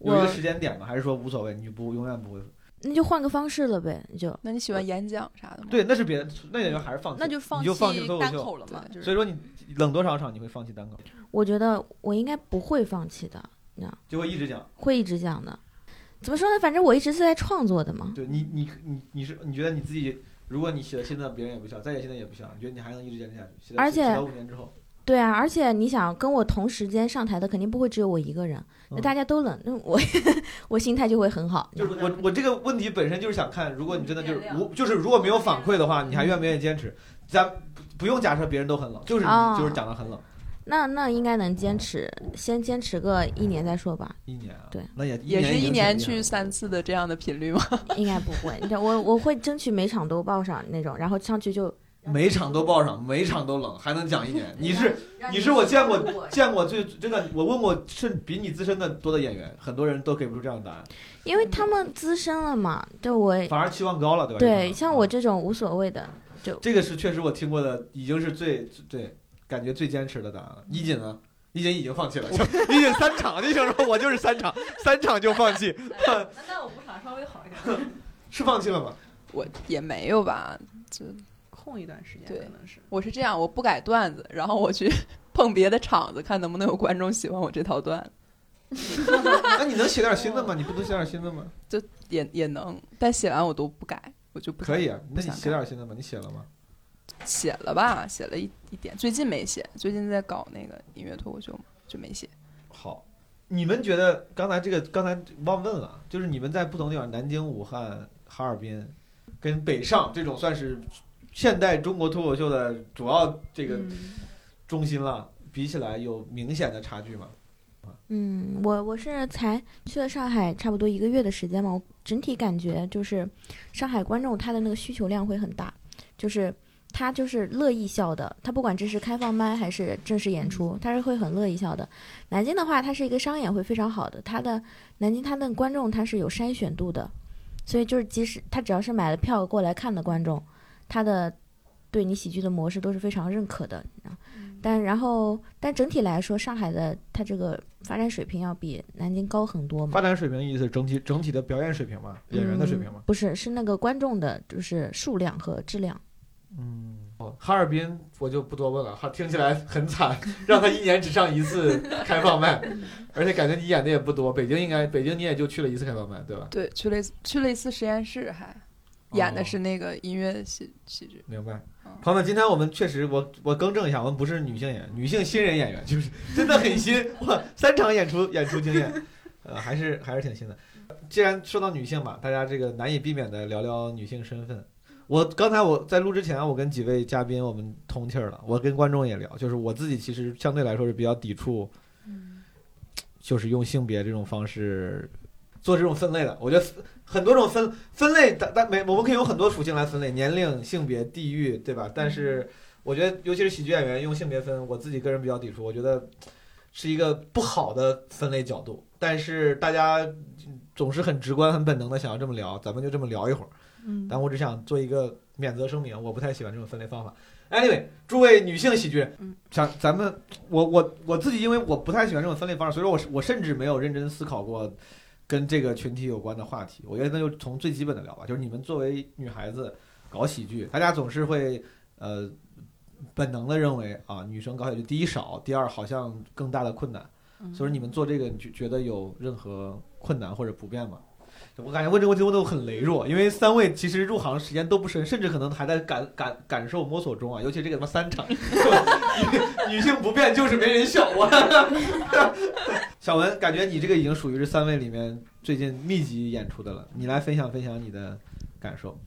Speaker 1: 有一
Speaker 4: 我
Speaker 1: 个时间点吗？还是说无所谓，你不永远不会？
Speaker 4: 那就换个方式了呗，就
Speaker 3: 那你喜欢演讲啥的吗？
Speaker 1: 对，那是别的，那也就还是放弃，
Speaker 2: 那就
Speaker 1: 你就放弃
Speaker 2: 弃
Speaker 1: 脱口
Speaker 2: 单
Speaker 1: 秀
Speaker 2: 口了嘛，就
Speaker 1: 所
Speaker 2: 是
Speaker 1: 以说你冷多少场你会放弃单口，
Speaker 4: 我觉得我应该不会放弃的，
Speaker 1: 就会一直讲。
Speaker 4: 会一直讲的。怎么说呢？反正我一直是在创作的嘛。
Speaker 1: 对你你你你是你觉得你自己，如果你写的现在别人也不笑，再写现在也不笑，你觉得你还能一直坚持下去？写到
Speaker 4: 而且
Speaker 1: 写到五年之后，
Speaker 4: 对啊，而且你想跟我同时间上台的，肯定不会只有我一个人。那
Speaker 1: 嗯
Speaker 4: 大家都冷，那我 我心态就会很好。
Speaker 3: 嗯
Speaker 1: 就是我我这个问题本身就是想看，如果你真的就是
Speaker 5: 变量
Speaker 1: 无就是如果没有反馈的话，你还愿不愿意坚持？咱不不用假设别人都很冷，就是你、
Speaker 4: 哦
Speaker 1: 就是讲的很冷，
Speaker 4: 那那应该能坚持，先坚持个一年再说吧。
Speaker 1: 一年啊，
Speaker 4: 对，
Speaker 1: 那也一
Speaker 3: 也是
Speaker 1: 已
Speaker 3: 一
Speaker 1: 经
Speaker 3: 年
Speaker 1: 挺厉害
Speaker 3: 去
Speaker 1: 了
Speaker 3: 三次的这样的频率吗？
Speaker 4: 应该不会，你知道我我会争取每场都报上那种，然后上去就
Speaker 1: 每场都报上，每场都冷，还能讲一 年。你是你是我见过见过最真的，我问过是比你资深的多的演员，很多人都给不出这样的答案，
Speaker 4: 因为他们资深了嘛，对我
Speaker 1: 反而期望高了，对吧？
Speaker 4: 对像我
Speaker 1: 这嗯
Speaker 4: 这种无所谓的，
Speaker 1: 这个是确实我听过的，已经是最最对感觉最坚持的答案了。一锦呢？一锦已经放弃了，就 一锦三场，就想说我就是三场，三场就放弃，
Speaker 2: 那那我五场稍微好一点，
Speaker 1: 是放弃了吗？
Speaker 3: 我也没有吧，就
Speaker 2: 空一段时间
Speaker 3: 对
Speaker 2: 可能是。
Speaker 3: 我是这样，我不改段子，然后我去 碰别的场子，看能不能有观众喜欢我这套段子，
Speaker 1: 那你能写点新的吗？你不能写点新的吗？
Speaker 3: 也也能，但写完我都不改，我就不
Speaker 1: 可
Speaker 3: 想
Speaker 1: 以啊，那你
Speaker 3: 想
Speaker 1: 写点新的吗？你写了吗？
Speaker 3: 写了吧，写了一一点，最近没写，最近在搞那个音乐脱口秀嘛，就没写。
Speaker 1: 好，你们觉得刚才这个刚才忘问了，就是你们在不同地方，南京、武汉、哈尔滨，跟北上这种算是现代中国脱口秀的主要这个
Speaker 2: 嗯
Speaker 1: 中心了，比起来有明显的差距吗？
Speaker 4: 嗯，我我是才去了上海差不多一个月的时间嘛，我整体感觉就是上海观众他的那个需求量会很大，就是他就是乐意笑的，他不管这是开放麦还是正式演出，他是会很乐意笑的。南京的话，它是一个商演会非常好的，它的南京它的观众他是有筛选度的，所以就是即使他只要是买了票过来看的观众，他的对你喜剧的模式都是非常认可的。啊但然后但整体来说，上海的它这个发展水平要比南京高很多嘛。嗯
Speaker 1: 发展水平意思是整体整体的表演水平嘛，演员的水平嘛
Speaker 4: 嗯。不是，是那个观众的，就是数量和质量。
Speaker 1: 嗯，
Speaker 6: 哦哈尔滨我就不多问了，哈，听起来很惨，让他一年只上一次开放 麦，而且感觉你演的也不多。北京应该，北京你也就去了一次开放麦，对吧？哦
Speaker 3: 对，去了一次去了一次实验室还，
Speaker 1: 哦
Speaker 3: 演的是那个音乐喜喜剧。
Speaker 6: 明白
Speaker 3: 嗯，
Speaker 1: 朋友们，今天我们确实，我我更正一下，我们不是女性演员，女性新人演员，就是真的很新， 哇，三场演出演出经验，呃，还是还是挺新的。既然说到女性嘛，大家这个难以避免的聊聊女性身份。我刚才我在录之前，我跟几位嘉宾我们通气儿了，我跟观众也聊，就是我自己其实相对来说是比较抵触，就是用性别这种方式做这种分类的。我觉得很多种分分类，但但每我们可以有很多属性来分类，年龄、性别、地域，对吧？但是我觉得，尤其是喜剧演员用性别分，我自己个人比较抵触，我觉得是一个不好的分类角度。但是大家总是很直观、很本能的想要这么聊，咱们就这么聊一会儿。
Speaker 2: 嗯，
Speaker 1: 但我只想做一个免责声明，我不太喜欢这种分类方法。Anyway，诸位女性喜剧人
Speaker 3: 嗯，
Speaker 1: 想咱们我我我自己，因为我不太喜欢这种分类方式，所以说我是我甚至没有认真思考过跟这个群体有关的话题。我觉得那就从最基本的聊吧，就是你们作为女孩子搞喜剧，大家总是会呃本能的认为啊，女生搞喜剧第一少，第二好像更大的困难。
Speaker 2: 嗯
Speaker 1: 所以说你们做这个，你觉觉得有任何困难或者不便吗？我感觉问这个问题问的很羸弱，因为三位其实入行时间都不深，甚至可能还在感感感受摸索中啊。尤其这个他妈三场， 女女性不变就是没人笑我。 小文，感觉你这个已经属于是三位里面最近密集演出的了，你来分享分享你的感受，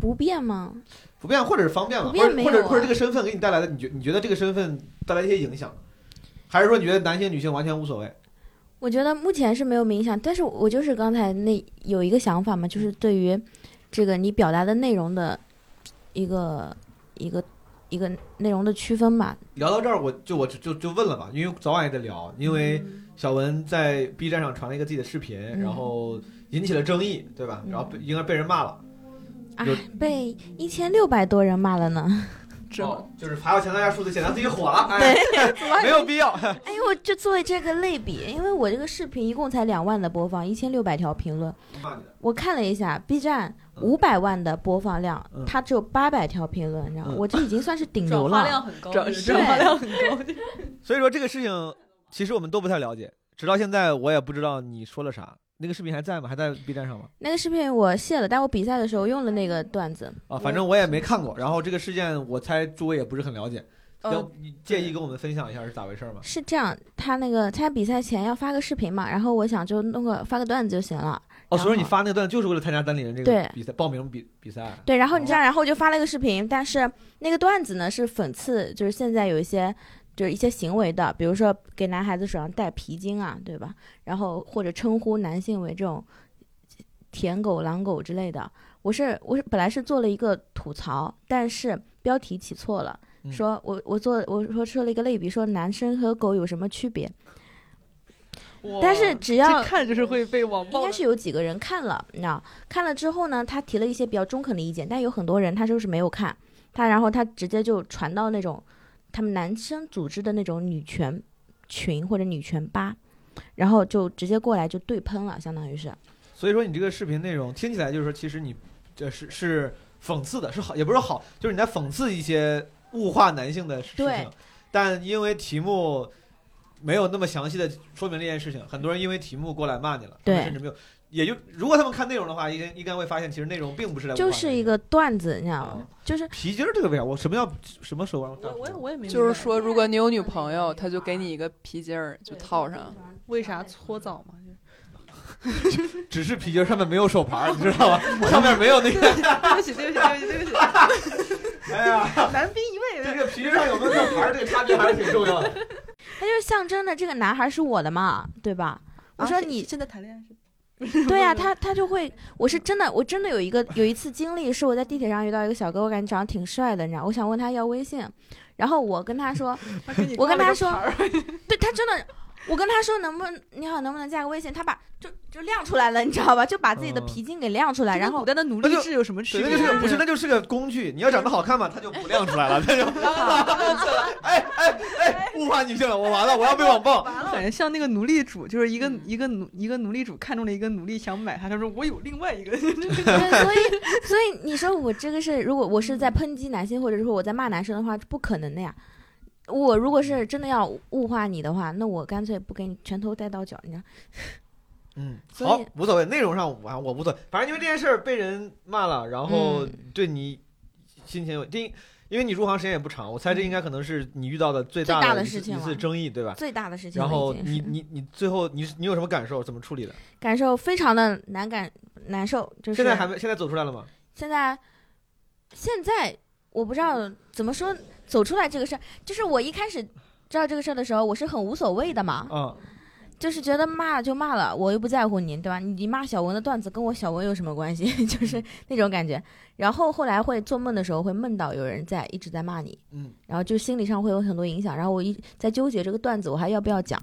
Speaker 4: 不变吗？
Speaker 1: 不变或者是方便了，
Speaker 4: 不变
Speaker 1: 或者
Speaker 4: 没
Speaker 1: 或
Speaker 4: 有
Speaker 1: 者
Speaker 4: 啊
Speaker 1: 或者这个身份给你带来的，你觉你觉得这个身份带来一些影响，还是说你觉得男性女性完全无所谓？
Speaker 4: 我觉得目前是没有影响，但是我就是刚才那有一个想法嘛，就是对于这个你表达的内容的一个一个一个内容的区分吧。
Speaker 1: 聊到这儿，我就我就就就问了吧，因为早晚也得聊，因为小文在 B 站上传了一个自己的视频，
Speaker 4: 嗯
Speaker 1: 然后引起了争议，对吧？
Speaker 5: 嗯
Speaker 1: 然后被应该被人骂了，
Speaker 4: 啊
Speaker 1: 有，
Speaker 4: 被一千六百多人骂了呢。
Speaker 3: 这
Speaker 1: 哦就是爬到前大家数字显得自己火了，哎，没有必要。
Speaker 4: 哎呦，我就作为这个类比，因为我这个视频一共才两万的播放，一千六百条评论。
Speaker 1: 骂你的，
Speaker 4: 我看了一下 B 站
Speaker 1: 嗯
Speaker 4: 五百万的播放量，
Speaker 1: 嗯
Speaker 4: 它只有八百条评论，你知道吗？
Speaker 1: 嗯
Speaker 4: 我这已经算是顶
Speaker 2: 转
Speaker 4: 流
Speaker 2: 化
Speaker 4: 了。
Speaker 2: 量很高，
Speaker 3: 转
Speaker 2: 就是
Speaker 4: 对
Speaker 2: 转化量很高。就是
Speaker 1: 所以说这个事情其实我们都不太了解，直到现在我也不知道你说了啥。那个视频还在吗？还在 B 站上吗？
Speaker 4: 那个视频我卸了，但我比赛的时候用了那个段子。
Speaker 1: 啊，反正我也没看过。然后这个事件，我猜诸位也不是很了解，要
Speaker 3: 呃，
Speaker 1: 你介意跟我们分享一下是咋回事吗？
Speaker 4: 是这样，他那个参加比赛前要发个视频嘛，然后我想就弄个发个段子就行了。
Speaker 1: 哦，
Speaker 4: 然
Speaker 1: 所以说你
Speaker 4: 后
Speaker 1: 发那个段就是为了参加单立人这个
Speaker 4: 对
Speaker 1: 比赛报名比比赛。啊
Speaker 4: 对，然后你知道，然后我就发了个视频，但是那个段子呢是讽刺，就是现在有一些就是一些行为的，比如说给男孩子手上戴皮筋啊，对吧？然后或者称呼男性为这种舔狗、狼狗之类的。我是我是本来是做了一个吐槽，但是标题起错了，
Speaker 1: 嗯
Speaker 4: 说我我做我说说了一个类比，说男生和狗有什么区别？
Speaker 2: 哦
Speaker 4: 但是只要
Speaker 3: 这看就是会被网
Speaker 4: 应
Speaker 3: 暴
Speaker 4: 该是有几个人看了，你知道，看了之后呢，他提了一些比较中肯的意见，但有很多人他就是没有看，他然后他直接就传到那种他们男生组织的那种女权群或者女权吧，然后就直接过来就对喷了，相当于是。
Speaker 1: 所以说你这个视频内容听起来就是说，其实你这是是讽刺的，是好也不是好，就是你在讽刺一些物化男性的事
Speaker 4: 对
Speaker 1: 情。但因为题目没有那么详细的说明这件事情，很多人因为题目过来骂你了，他们
Speaker 4: 对
Speaker 1: 甚至没有。也就如果他们看内容的话，应该应该会发现，其实内容并不是在物化
Speaker 4: 就
Speaker 1: 男性
Speaker 4: 是一个段子，你知道
Speaker 1: 啊
Speaker 4: 吗？就是
Speaker 1: 皮筋儿这个为啥？我什么叫什么手腕？
Speaker 2: 我我也我也没
Speaker 3: 就是
Speaker 2: 明白
Speaker 3: 说，如果你有女朋友，他就给你一个皮筋儿，就套上。
Speaker 2: 为啥搓澡嘛？就是
Speaker 1: 只是皮筋儿上面没有手牌儿，你知道 吧？上面没有那个。
Speaker 2: 对不起，对不起，对不起，对不起，
Speaker 1: 哎呀，
Speaker 2: 男宾一位。对不
Speaker 1: 这个皮
Speaker 2: 起
Speaker 1: 筋儿上有没有手牌儿，这个差距还是挺重要的。
Speaker 4: 它就是象征着这个男孩是我的嘛，对吧？我
Speaker 2: 啊
Speaker 4: 说
Speaker 2: 现
Speaker 4: 你
Speaker 2: 现在谈恋爱是？
Speaker 4: 对呀、他他就会，我是真的，我真的有一个有一次经历，是我在地铁上遇到一个小哥，我感觉长得挺帅的，你知道，我想问他要微信，然后我跟他说，我跟他说，对他真的，我跟他说能不能你好，能不能加个微信，他把就就亮出来了，你知道吧？就把自己的
Speaker 1: 嗯
Speaker 4: 皮筋给亮出来，
Speaker 2: 这
Speaker 4: 然
Speaker 2: 跟
Speaker 4: 后
Speaker 2: 古代的奴
Speaker 1: 那
Speaker 2: 隶
Speaker 1: 就
Speaker 2: 制有什么区
Speaker 1: 对，那
Speaker 2: 别
Speaker 1: 就
Speaker 2: 啊呢？
Speaker 1: 是个不是，那就是个工具。你要长得好看嘛，它就不亮出来了， 它就 哎哎哎，物化女性了，我完了，我要被网 暴。
Speaker 2: 感觉像那个奴隶主，就是一个
Speaker 4: 嗯
Speaker 2: 一个奴一个奴隶主看中了一个奴隶，想买他，他说我有另外一个，
Speaker 4: 对，所以所以你说我这个是，如果我是在抨击男性，或者说我在骂男生的话，不可能的呀。我如果是真的要物化你的话，那我干脆不给你拳头带到脚，你知道？
Speaker 1: 嗯，
Speaker 4: 所以
Speaker 1: 好，无所谓，内容上我我无所谓，反正因为这件事儿被人骂了，然
Speaker 4: 嗯
Speaker 1: 后对你心情有第一，因为你入行时间也不长，我猜这应该可能是你遇到的最大
Speaker 4: 嗯最大
Speaker 1: 的
Speaker 4: 的
Speaker 1: 一
Speaker 4: 事
Speaker 1: 次
Speaker 4: 情
Speaker 1: 一
Speaker 4: 了
Speaker 1: 次争议，对吧？
Speaker 4: 最大的事情了
Speaker 1: 然
Speaker 4: 已
Speaker 1: 后
Speaker 4: 经
Speaker 1: 你
Speaker 4: 是
Speaker 1: 你你最后你你有什么感受？怎么处理的？
Speaker 4: 感受非常的难感难受，就是
Speaker 1: 现在还没现在走出来了吗？
Speaker 4: 现在现在我不知道怎么说走出来这个事儿，就是我一开始知道这个事儿的时候，我是很无所谓的嘛，
Speaker 1: 嗯，
Speaker 4: 就是觉得骂了就骂了，我又不在乎你，对吧？你你骂小文的段子跟我小文有什么关系？ 就是那种感觉。然后后来会做梦的时候会梦到有人在一直在骂你，
Speaker 1: 嗯，
Speaker 4: 然后就心理上会有很多影响。然后我一在纠结这个段子我还要不要讲，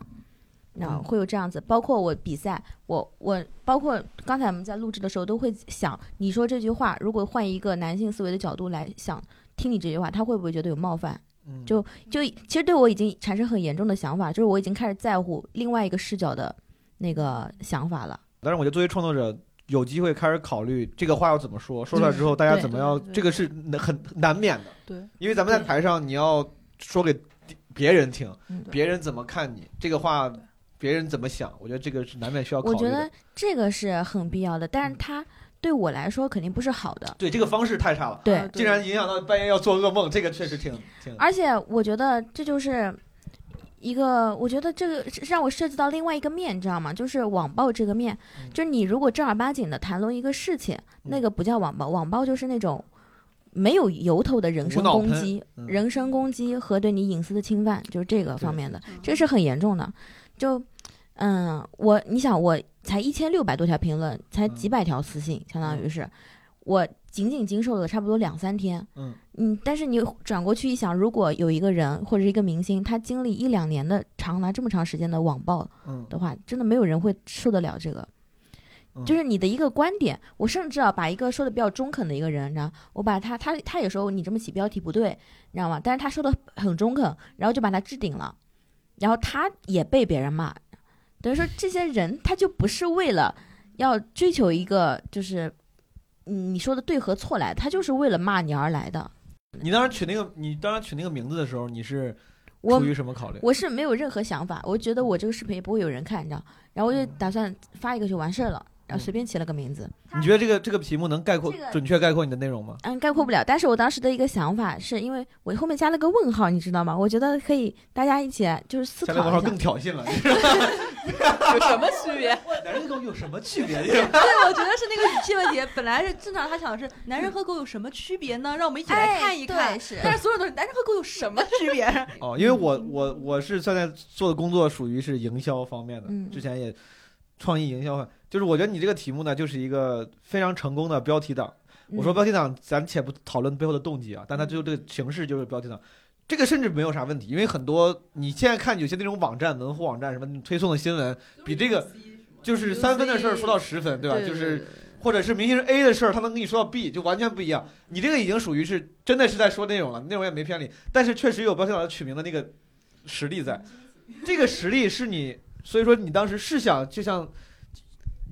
Speaker 4: 然后
Speaker 1: 嗯
Speaker 4: 会有这样子。包括我比赛，我我包括刚才我们在录制的时候都会想，你说这句话如果换一个男性思维的角度来想。听你这句话，他会不会觉得有冒犯？
Speaker 1: 嗯
Speaker 4: 就就其实对我已经产生很严重的想法，就是我已经开始在乎另外一个视角的那个想法了。
Speaker 1: 但是我觉得作为创作者，有机会开始考虑这个话要怎么说，说出来之后大家怎么样，
Speaker 2: 对对对
Speaker 1: 这个是难很难免的，
Speaker 2: 对，
Speaker 1: 因为咱们在
Speaker 2: 对
Speaker 1: 台上你要说给别人听
Speaker 4: 嗯，
Speaker 1: 别人怎么看你，这个话别人怎么想，我觉得这个是难免需要考
Speaker 4: 我
Speaker 1: 虑的。嗯
Speaker 4: 觉得这个是很必要的，但是它对我来说肯定不是好的。
Speaker 1: 对这个方式太差了，
Speaker 2: 啊
Speaker 4: 对，
Speaker 1: 竟然影响到半夜要做噩梦，这个确实挺挺。
Speaker 4: 而且我觉得这就是一个，我觉得这个是让我涉及到另外一个面，你知道吗？就是网暴这个面
Speaker 1: 嗯，
Speaker 4: 就是你如果正儿八经的谈论一个事情，那
Speaker 1: 嗯
Speaker 4: 个不叫网暴，网暴就是那种。没有由头的人身
Speaker 1: 无脑
Speaker 4: 攻
Speaker 1: 喷
Speaker 4: 击、
Speaker 1: 嗯
Speaker 4: 人身攻击和对你隐私的侵犯，就是这个方
Speaker 1: 对
Speaker 4: 面的。这是很严重的。就，嗯，我你想，我才一千六百多条评论，才
Speaker 1: 嗯
Speaker 4: 几百条私信，相当于是我仅仅经受了差不多两三天。
Speaker 1: 嗯
Speaker 4: 但是你转过去一想，如果有一个人或者是一个明星，他经历一两年的长达这么长时间的网暴
Speaker 1: 嗯
Speaker 4: 的话，真的没有人会受得了这个
Speaker 1: 嗯。
Speaker 4: 就是你的一个观点，我甚至啊，把一个说的比较中肯的一个人，然后我把他，他他有时候你这么起标题不对，你知道吗？但是他说的很中肯，然后就把他置顶了，然后他也被别人骂，等于说这些人他就不是为了要追求一个就是嗯你说的对和错来，他就是为了骂你而来的。
Speaker 1: 你当时取那个，你当时取那个名字的时候，你是
Speaker 4: 我
Speaker 1: 出于什么考虑？
Speaker 4: 我是没有任何想法，我觉得我这个视频也不会有人看，你知道，然后我就
Speaker 1: 嗯
Speaker 4: 打算发一个就完事儿了，然后随便起了个名字，
Speaker 1: 你觉得这个这个题目能概括
Speaker 4: 这个
Speaker 1: 准确概括你的内容吗？
Speaker 4: 嗯，概括不了。但是我当时的一个想法是因为我后面加了个问号，你知道吗？我觉得可以大家一起就是思
Speaker 1: 下面网
Speaker 4: 考
Speaker 1: 上
Speaker 4: 一下
Speaker 1: 更。挑 衅了，
Speaker 3: 有 什么区别？
Speaker 1: 男人跟狗有什么区别？
Speaker 2: 对，我觉得是那个语气问题。本来是正常，他想的是男人和狗有什么区别呢？让我们一起
Speaker 3: 哎
Speaker 2: 来看一看。
Speaker 4: 哎对嗯是
Speaker 2: 但是所有人都是男人和狗有什么区别？
Speaker 1: 哦，因为我我我是现在做的工作属于是营销方面的，
Speaker 4: 嗯
Speaker 1: 之前也创意营销方面，就是我觉得你这个题目呢，就是一个非常成功的标题党。我说标题党，咱且不讨论背后的动机啊，但它最后这个形式就是标题党。这个甚至没有啥问题，因为很多你现在看有些那种网站、门户网站什么推送的新闻，比这个就是三分的事儿说到十分，对吧？就是或者是明星 A 的事儿，他能跟你说到 B，就完全不一样。你这个已经属于是真的是在说内容了，内容也没偏离，但是确实有标签党取名的那个实力在。这个实力是你，所以说你当时是想就像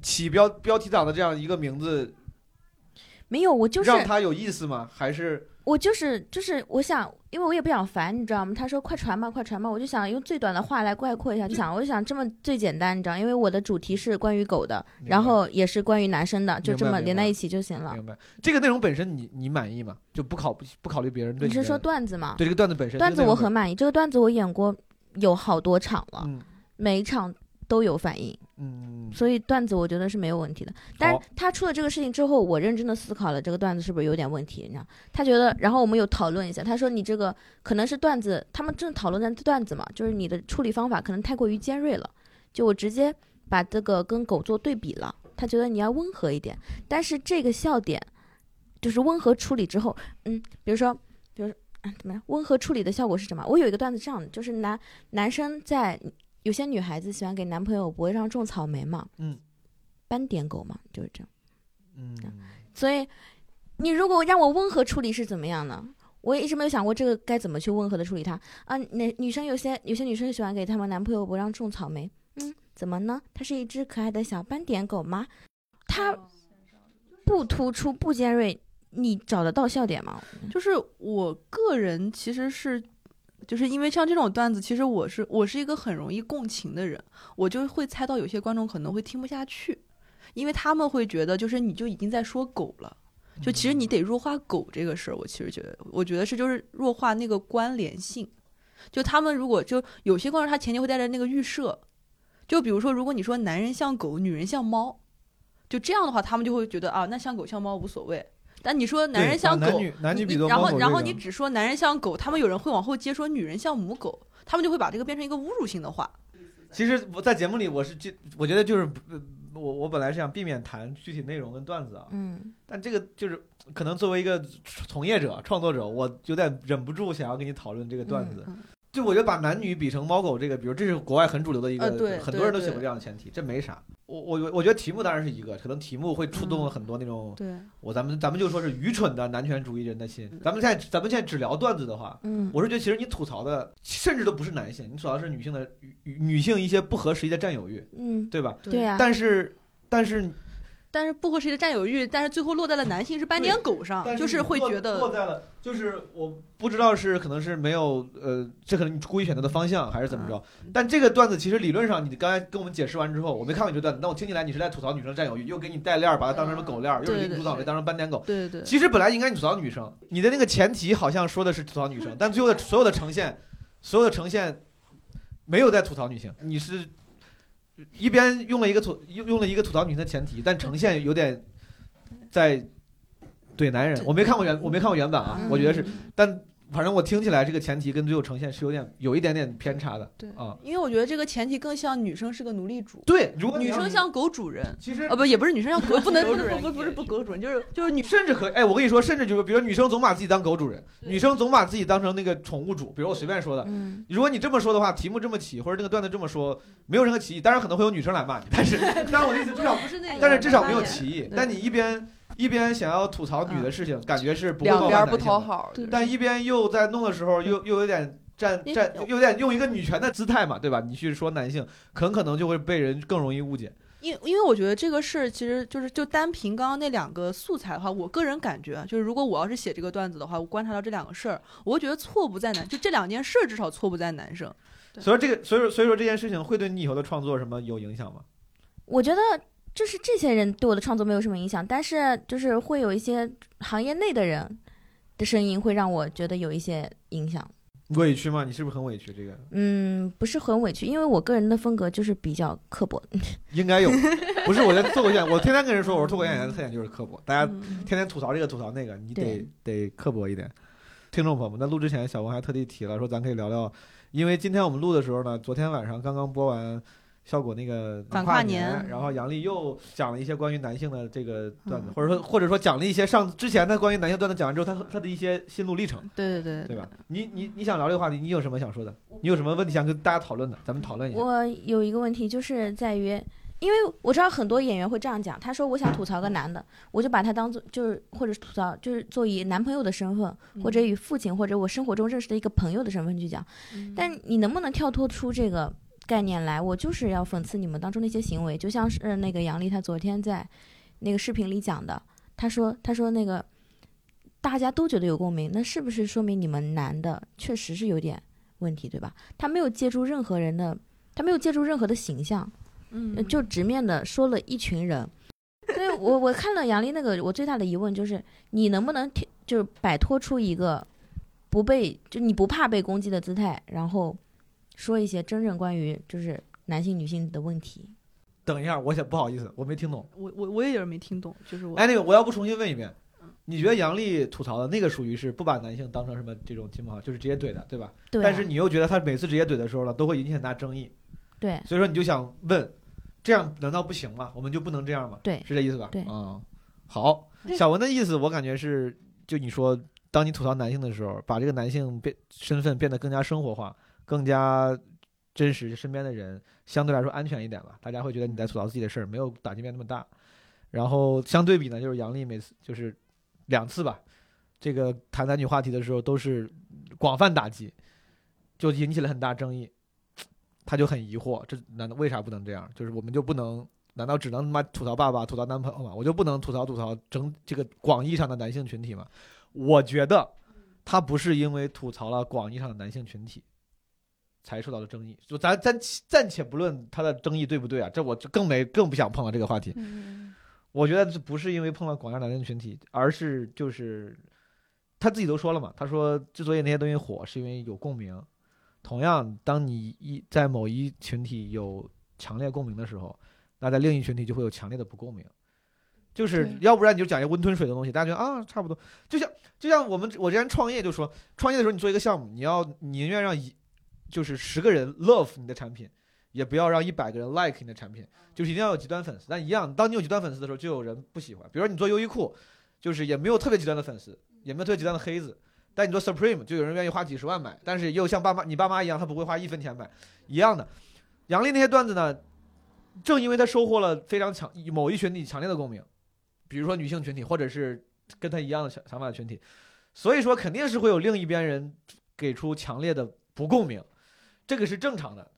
Speaker 1: 起标标题党的这样一个名字，
Speaker 4: 没有，我就是
Speaker 1: 让它有意思吗？还是
Speaker 4: 我就是就是我想，因为我也不想烦，你知道吗？他说快传吧，快传吧，我就想用最短的话来概括一下，就想我就想这么最简单，你知道，因为我的主题是关于狗的，
Speaker 1: 明白
Speaker 4: 然后也是关于男生的，就这
Speaker 1: 明白
Speaker 4: 么
Speaker 1: 明白
Speaker 4: 连在一起就行了。
Speaker 1: 明白这个内容本身你你满意吗？就不考不考虑别人对
Speaker 4: 你是
Speaker 1: 的
Speaker 4: 说段子吗？
Speaker 1: 对这个段子本身？
Speaker 4: 段子
Speaker 1: 这个内
Speaker 4: 我
Speaker 1: 容
Speaker 4: 很满意，这个段子我演过有好多场了，
Speaker 1: 嗯
Speaker 4: 每一场都有反应，
Speaker 1: 嗯
Speaker 4: 所以段子我觉得是没有问题的。但是
Speaker 1: 好
Speaker 4: 他出了这个事情之后，我认真的思考了这个段子是不是有点问题，你知道？他觉得，然后我们有讨论一下，他说你这个可能是段子，他们正讨论在段子嘛，就是你的处理方法可能太过于尖锐了，就我直接把这个跟狗做对比了。他觉得你要温和一点。但是这个笑点就是温和处理之后，嗯，比如说，比如说。啊怎么样？温和处理的效果是什么？我有一个段子这样的，就是男男生在有些女孩子喜欢给男朋友脖子上种草莓嘛，
Speaker 1: 嗯，
Speaker 4: 斑点狗嘛，就是这样。
Speaker 1: 嗯，
Speaker 4: 所以你如果让我温和处理是怎么样呢？我也一直没有想过这个该怎么去温和的处理它啊。那女生有些有些女生喜欢给她们男朋友脖上种草莓，嗯，怎么呢？它是一只可爱的小斑点狗吗？它不突出不尖锐，你找得到笑点吗？
Speaker 2: 就是我个人其实是，就是因为像这种段子，其实我是我是一个很容易共情的人，我就会猜到有些观众可能会听不下去，因为他们会觉得就是你就已经在说狗了。就其实
Speaker 1: 嗯
Speaker 2: 你得弱化狗这个事儿，我其实觉得，我觉得是就是弱化那个关联性。就他们如果就有些观众，他前提会带着那个预设，就比如说，如果你说男人像狗，女人像猫，就这样的话，他们就会觉得啊，那像狗像猫无所谓。但你说男人像
Speaker 1: 对把啊
Speaker 2: 狗，
Speaker 1: 男女男女
Speaker 2: 你
Speaker 1: 比
Speaker 2: 你
Speaker 1: 作
Speaker 2: 然
Speaker 1: 猫
Speaker 2: 后
Speaker 1: 狗
Speaker 2: 然
Speaker 1: 这
Speaker 2: 后
Speaker 1: 个
Speaker 2: 你只说男人像狗，他们有人会往后接说女人像母狗，他们就会把这个变成一个侮辱性的话。
Speaker 1: 其实我在节目里我是就我觉得就是呃我我本来是想避免谈具体内容跟段子啊，
Speaker 4: 嗯，
Speaker 1: 但这个就是可能作为一个从业者、创作者，我有点忍不住想要跟你讨论这个段子。
Speaker 2: 嗯
Speaker 1: 就我觉得把男女比成猫狗这个，比如这是国外很主流的一个，
Speaker 2: 呃对
Speaker 1: 很多人都
Speaker 2: 对
Speaker 1: 喜欢这样的前提，这没啥。我我我觉得题目当然是一个，可能题目会触动
Speaker 2: 嗯
Speaker 1: 很多那种、
Speaker 2: 对，
Speaker 1: 我咱们咱们就说是愚蠢的男权主义人的心。
Speaker 2: 嗯
Speaker 1: 咱们现在咱们现在只聊段子的话，
Speaker 4: 嗯，
Speaker 1: 我是觉得其实你吐槽的甚至都不是男性，你主要是女性的女女性一些不合时宜的占有欲，
Speaker 4: 嗯，
Speaker 1: 对吧？
Speaker 4: 对呀、
Speaker 1: 但是但是
Speaker 2: 啊但是不合谁的占有欲，但是最后落在了男性是斑点狗上，
Speaker 1: 但
Speaker 2: 啊就会觉得
Speaker 1: 落在了，就是我不知道是可能是没有呃，这可能你故意选择的方向还是怎么
Speaker 2: 啊
Speaker 1: 着。但这个段子其实理论上，你刚才跟我们解释完之后，我没看过你这段子，那我听起来你是在吐槽女生占有欲，又给你带链儿，把它当成什么狗链儿，又
Speaker 2: 对
Speaker 1: 是
Speaker 2: 对
Speaker 1: 你吐槽
Speaker 2: 对
Speaker 1: 给当成斑点狗。
Speaker 2: 对对对
Speaker 1: 其实本来应该你吐槽女生，你的那个前提好像说的是吐槽 女生，但最后的所有的呈现，所有的呈现没有在吐槽女性，你是一边用了一个吐用用了一个吐槽女性的前提，但呈现有点在怼男人。我没看过原我没看过原版
Speaker 2: 嗯
Speaker 1: 啊，我觉得是，但反正我听起来这个前提跟最后呈现是有点有一点点偏差的。
Speaker 2: 对
Speaker 1: 啊，
Speaker 2: 因为我觉得这个前提更像女生是个奴隶主，
Speaker 1: 对，如果你
Speaker 2: 女
Speaker 1: 要
Speaker 2: 生
Speaker 1: 是
Speaker 2: 像狗主人。
Speaker 1: 其实
Speaker 2: 啊不，也不是女生像狗，不能
Speaker 3: 狗
Speaker 2: 不
Speaker 3: 主
Speaker 2: 是
Speaker 3: 人
Speaker 2: 不不不是不狗主人，就是就是女
Speaker 1: 甚至可以，哎，我跟你说，甚至就是，比如女生总把自己当狗主人，
Speaker 2: 对
Speaker 1: 女生总把自己当成那个宠物主，比如我随便说的。
Speaker 4: 嗯，
Speaker 1: 如果你这么说的话，题目这么起，或者这个段子这么说，没有任何歧义。当然可能会有女生来骂你， 但是，但是我的意思至少，
Speaker 2: 不是那个，
Speaker 1: 但是至少没有
Speaker 2: 发言
Speaker 1: 歧义
Speaker 2: 对。
Speaker 1: 但你一边一边想要吐槽女的事情，感觉是不会
Speaker 3: 两
Speaker 1: 冒
Speaker 3: 边
Speaker 1: 犯
Speaker 3: 不
Speaker 1: 男性
Speaker 3: 讨
Speaker 1: 的，
Speaker 3: 好，
Speaker 2: 对
Speaker 1: 但一边又在弄的时候，又又有点站
Speaker 2: 因为
Speaker 1: 站，
Speaker 2: 有
Speaker 1: 有点用一个女权的姿态嘛，对吧？你去说男性，很可能就会被人更容易误解。
Speaker 2: 因因为我觉得这个事儿其实就是就单凭刚刚那两个素材的话，我个人感觉啊就是如果我要是写这个段子的话，我观察到这两个事儿，我会觉得错不在男，就这两件事儿至少错不在男生。对
Speaker 1: 所以这个，所以说所以说这件事情会对你以后的创作什么有影响吗？
Speaker 4: 我觉得就是这些人对我的创作没有什么影响，但是就是会有一些行业内的人的声音会让我觉得有一些影响。
Speaker 1: 委屈吗？你是不是很委屈？这个
Speaker 4: 嗯，不是很委屈，因为我个人的风格就是比较刻薄。
Speaker 1: 应该有，不是？我觉得脱口秀演员，我天天跟人说，我说脱口秀演员的特点就是刻薄，大家
Speaker 2: 嗯
Speaker 1: 天天吐槽这个吐槽那个，你得
Speaker 4: 对
Speaker 1: 得刻薄一点。听众朋友们，在录之前，小文还特地提了说，咱可以聊聊，因为今天我们录的时候呢，昨天晚上刚刚播完效果那个
Speaker 2: 反
Speaker 1: 跨
Speaker 2: 跨年
Speaker 1: 然后杨笠又讲了一些关于男性的这个段子，
Speaker 2: 嗯
Speaker 1: 或者说或者说讲了一些上之前他关于男性段子讲完之后，他他的一些心路历程，
Speaker 2: 对对对
Speaker 1: 对吧？你你你想聊这个话题，你有什么想说的？你有什么问题想跟大家讨论的？咱们讨论一下。
Speaker 4: 我有一个问题就是在于，因为我知道很多演员会这样讲，他说我想吐槽个男的，我就把他当做就是或者是吐槽就是做以男朋友的身份，
Speaker 2: 嗯
Speaker 4: 或者以父亲或者我生活中认识的一个朋友的身份去讲。
Speaker 2: 嗯
Speaker 4: 但你能不能跳脱出这个概念来？我就是要讽刺你们当中的一些行为，就像是呃那个杨笠她昨天在那个视频里讲的，她说她说那个大家都觉得有共鸣，那是不是说明你们男的确实是有点问题，对吧？他没有借助任何人的，他没有借助任何的形象，呃
Speaker 2: 嗯
Speaker 4: 就直面的说了一群人。所以我我看了杨笠那个，我最大的疑问就是你能不能挺就是摆脱出一个不被就你不怕被攻击的姿态，然后说一些真正关于就是男性女性的问题。
Speaker 1: 等一下，我想不好意思，我没听懂。
Speaker 2: 我我我也有点没听懂，就是我
Speaker 1: 哎，那个我要不重新问一遍，
Speaker 4: 嗯
Speaker 1: 你觉得杨笠吐槽的那个属于是不把男性当成什么这种亲朋好友，就是直接怼的，对吧？
Speaker 4: 对啊、
Speaker 1: 但是你又觉得他每次直接怼的时候呢，都会引起很大争议，
Speaker 4: 对
Speaker 1: 所以说你就想问，这样难道不行吗？我们就不能这样吗？
Speaker 4: 对
Speaker 1: 是这意思吧？
Speaker 4: 对
Speaker 1: 嗯，好，小文的意思我感觉是，就你说，当你吐槽男性的时候，把这个男性变身份变得更加生活化，更加真实，身边的人相对来说安全一点吧，大家会觉得你在吐槽自己的事儿，没有打击面那么大。然后相对比呢，就是杨笠每次就是两次吧，这个谈男女话题的时候都是广泛打击，就引起了很大争议。他就很疑惑，这难道为啥不能这样？就是我们就不能？难道只能他妈吐槽爸爸、吐槽男朋友吗？我就不能吐槽吐槽整这个广义上的男性群体吗？我觉得他不是因为吐槽了广义上的男性群体才受到了争议，就咱暂暂且不论他的争议对不对啊，这我就更没更不想碰了这个话题。
Speaker 5: 嗯，
Speaker 1: 我觉得这不是因为碰到广大男性群体，而是就是他自己都说了嘛，他说之所以那些东西火，是因为有共鸣。同样，当你一在某一群体有强烈共鸣的时候，那在另一群体就会有强烈的不共鸣。就是
Speaker 5: 对
Speaker 1: 要不然你就讲一个温吞水的东西，大家觉得啊差不多，就像就像我们我之前创业就说，创业的时候你做一个项目，你要你宁愿让一就是十个人 love 你的产品，也不要让一百个人 like 你的产品，就是一定要有极端粉丝。但一样，当你有极端粉丝的时候，就有人不喜欢。比如说你做优衣库，就是也没有特别极端的粉丝，也没有特别极端的黑子。但你做 Supreme，就有人愿意花几十万买，但是也有像爸妈你爸妈一样，他不会花一分钱买，一样的。杨笠那些段子呢，正因为他收获了非常强某一群体强烈的共鸣，比如说女性群体，或者是跟他一样的想想法的群体，所以说肯定是会有另一边人给出强烈的不共鸣，这个是正常的。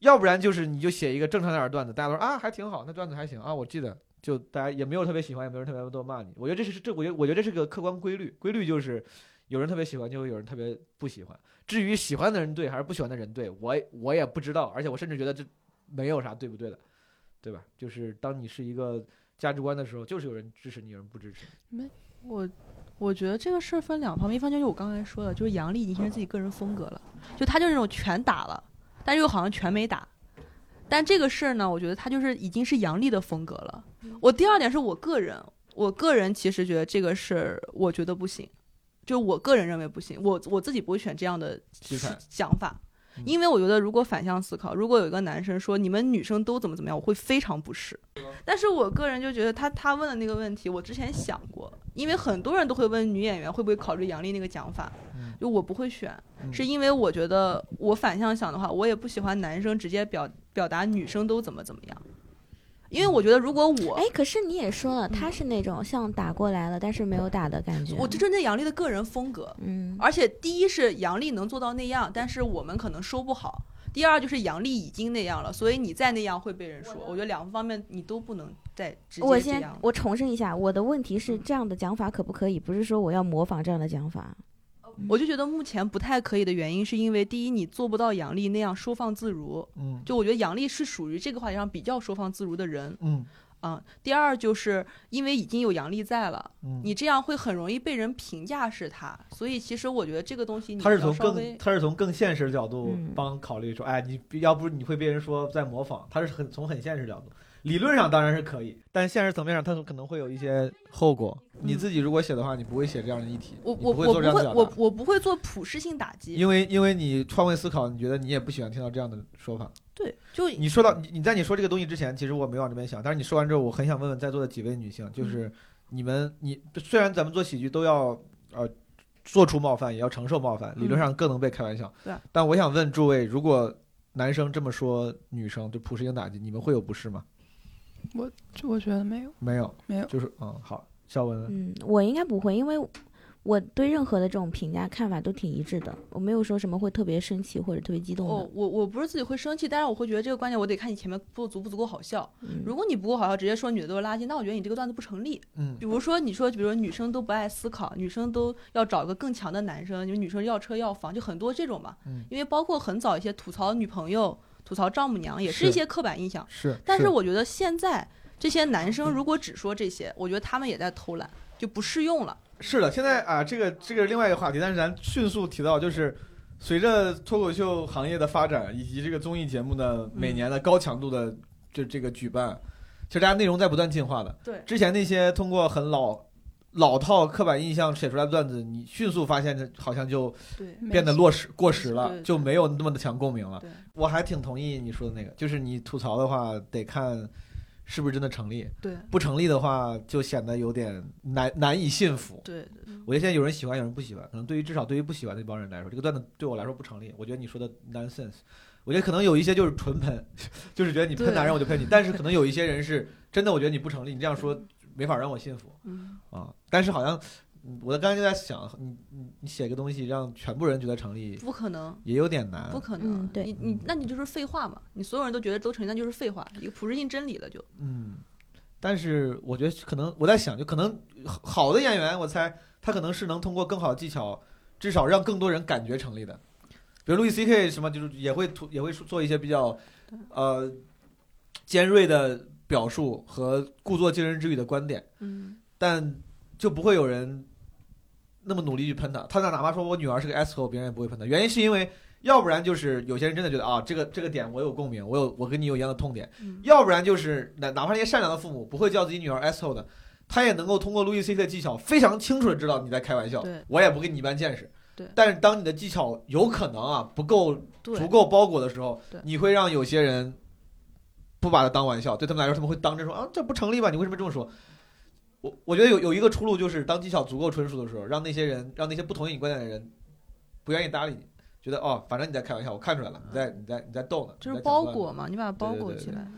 Speaker 1: 要不然就是你就写一个正常点儿的段子，大家都说啊还挺好，那段子还行啊，我记得就大家也没有特别喜欢，也没有人特别多骂你。我觉得这是这，我觉得我觉得这是个客观规律， 规律就是有人特别喜欢，就会有人特别不喜欢。至于喜欢的人对还是不喜欢的人对，我也我也不知道，而且我甚至觉得这没有啥对不对的，对吧？就是当你是一个价值观的时候，就是有人支持你，有人不支持。
Speaker 2: 我我觉得这个事儿分两方面，一方面就是我刚才说的，就是杨笠已经是自己个人风格了，就他就是那种全打了，但是又好像全没打。但这个事儿呢，我觉得他就是已经是杨笠的风格了。我第二点是我个人，我个人其实觉得这个事儿，我觉得不行，就我个人认为不行，我我自己不会选这样的
Speaker 1: 题材
Speaker 2: 想法
Speaker 1: 嗯。
Speaker 2: 因为我觉得，如果反向思考，如果有一个男生说你们女生都怎么怎么样，我会非常不适。但是我个人就觉得他他问的那个问题，我之前想过，因为很多人都会问女演员会不会考虑杨笠那个讲法
Speaker 1: 嗯，
Speaker 2: 就我不会选，
Speaker 1: 嗯
Speaker 2: 是因为我觉得我反向想的话，我也不喜欢男生直接表表达女生都怎么怎么样，因为我觉得如果我
Speaker 4: 哎，可是你也说了，他是那种像打过来了，但是没有打的感觉。
Speaker 2: 嗯我这是那杨笠的个人风格，
Speaker 4: 嗯，
Speaker 2: 而且第一是杨笠能做到那样，但是我们可能说不好；第二就是杨笠已经那样了，所以你再那样会被人说。我觉得两个方面你都不能再直
Speaker 4: 我
Speaker 2: 接这
Speaker 4: 先
Speaker 2: 样。嗯
Speaker 4: 我重申一下，我的问题是这样的讲法可不可以？不是说我要模仿这样的讲法。
Speaker 2: 我就觉得目前不太可以的原因，是因为第一你做不到杨笠那样收放自如，
Speaker 1: 嗯
Speaker 2: 就我觉得杨笠是属于这个话题上比较收放自如的人
Speaker 1: 嗯
Speaker 2: 啊、第二就是因为已经有杨笠在了，
Speaker 1: 嗯，
Speaker 2: 你这样会很容易被人评价是他，所以其实我觉得这个东西你
Speaker 1: 他是
Speaker 2: 要
Speaker 1: 从
Speaker 2: 稍微
Speaker 1: 更他是从更现实的角度
Speaker 4: 嗯
Speaker 1: 帮考虑说，哎，你要不你会被人说在模仿，他是很从很现实角度。理论上当然是可以，嗯但现实层面上它可能会有一些后果。你自己如果写的话，你不会写这样的议题，
Speaker 2: 我
Speaker 1: 你
Speaker 2: 我
Speaker 1: 会
Speaker 2: 我
Speaker 1: 做
Speaker 2: 不
Speaker 1: 这样的
Speaker 2: 会
Speaker 1: 表达
Speaker 2: 我我不会做普适性打击，
Speaker 1: 因为因为你换位思考，你觉得你也不喜欢听到这样的说法。
Speaker 2: 对，就
Speaker 1: 你说到你你在你说这个东西之前，其实我没往这边想，但是你说完之后，我很想问问在座的几位女性，就是你们你虽然咱们做喜剧都要呃做出冒犯，也要承受冒犯，理论上更能被开玩笑。
Speaker 2: 对啊
Speaker 1: 但我想问诸位，如果男生这么说女生，就普世性打击，你们会有不适吗？
Speaker 3: 这我觉得没有。
Speaker 1: 没有，
Speaker 3: 没有
Speaker 1: 就是嗯，好，肖文文，
Speaker 4: 嗯，我应该不会，因为我对任何的这种评价看法都挺一致的，我没有说什么会特别生气或者特别激动的。
Speaker 2: 哦，我我不是自己会生气，但是我会觉得这个观点我得看你前面做足不足够好笑。
Speaker 4: 嗯
Speaker 2: 如果你不够好笑，直接说女的都是垃圾，那我觉得你这个段子不成立。
Speaker 1: 嗯
Speaker 2: 比如说你说，比如说女生都不爱思考，女生都要找一个更强的男生，就是女生要车要房，就很多这种嘛。
Speaker 1: 嗯
Speaker 2: 因为包括很早一些吐槽女朋友、吐槽丈母娘，也是
Speaker 1: 是
Speaker 2: 一些刻板印象。
Speaker 1: 是，
Speaker 2: 但是我觉得现在这些男生如果只说这些，我觉得他们也在偷懒，就不适用了。
Speaker 1: 是的，现在啊，这个这个是另外一个话题，但是咱迅速提到，就是随着脱口秀行业的发展，以及这个综艺节目
Speaker 2: 嗯
Speaker 1: 的每年的高强度的这这个举办，其实大家内容在不断进化的。
Speaker 2: 对
Speaker 1: 之前那些通过很老老套刻板印象写出来的段子，你迅速发现它好像就
Speaker 2: 对
Speaker 1: 变得落实过时了
Speaker 2: 对，
Speaker 1: 就没有那么的强共鸣了。
Speaker 2: 对
Speaker 1: 我还挺同意你说的那个，就是你吐槽的话得看是不是真的成立，
Speaker 2: 对
Speaker 1: 不成立的话就显得有点难难以信服。
Speaker 2: 对
Speaker 1: 我觉得现在有人喜欢，有人不喜欢。可能对于至少对于不喜欢那帮人来说，这个段子对我来说不成立。我觉得你说的 nonsense，我觉得可能有一些就是纯喷， 就是觉得你喷
Speaker 2: 对
Speaker 1: 男人我就喷你。但是可能有一些人是真的，我觉得你不成立，你这样说没法让我信服
Speaker 2: 嗯
Speaker 1: 啊。但是好像嗯我刚才就在想，你你你写个东西让全部人觉得成立，
Speaker 2: 不可能。
Speaker 1: 也有点难
Speaker 2: 不。可能，
Speaker 4: 嗯对
Speaker 2: 你你那你就是废话嘛！你所有人都觉得都成立，那就是废话，一个普世性真理了就。
Speaker 1: 嗯，但是我觉得可能我在想，就可能好好的演员，我猜他可能是能通过更好的技巧，至少让更多人感觉成立的。比如路易 C K 什么，就是也会突也会做一些比较
Speaker 2: 对
Speaker 1: 呃尖锐的表述和故作惊人之语的观点，
Speaker 2: 嗯，
Speaker 1: 但就不会有人那么努力去喷他。他哪哪怕说我女儿是个 S 后，别人也不会喷他。原因是因为，要不然就是有些人真的觉得啊，这个这个点我有共鸣，我有我跟你有一样的痛点。
Speaker 2: 嗯
Speaker 1: 要不然就是哪哪怕那些善良的父母不会叫自己女儿 asshole 的，他也能够通过路易 C K 的技巧非常清楚的知道你在开玩笑
Speaker 2: 对。
Speaker 1: 我也不跟你一般见识。
Speaker 2: 对
Speaker 1: 但是当你的技巧有可能啊不够
Speaker 2: 对
Speaker 1: 足够包裹的时候
Speaker 2: 对，
Speaker 1: 你会让有些人不把它当玩笑，对他们来说他们会当真说啊这不成立吧？你为什么这么说？我我觉得有有一个出路就是当技巧足够纯熟的时候，让那些人让那些不同意你观点的人不愿意搭理你，觉得哦反正你在开玩笑，我看出来了，你在你在你在逗呢，
Speaker 2: 嗯就
Speaker 1: 你在讲
Speaker 2: 是包
Speaker 1: 段子
Speaker 2: 裹嘛，你把它包
Speaker 1: 对对
Speaker 2: 裹
Speaker 1: 对
Speaker 2: 起
Speaker 1: 对
Speaker 2: 来。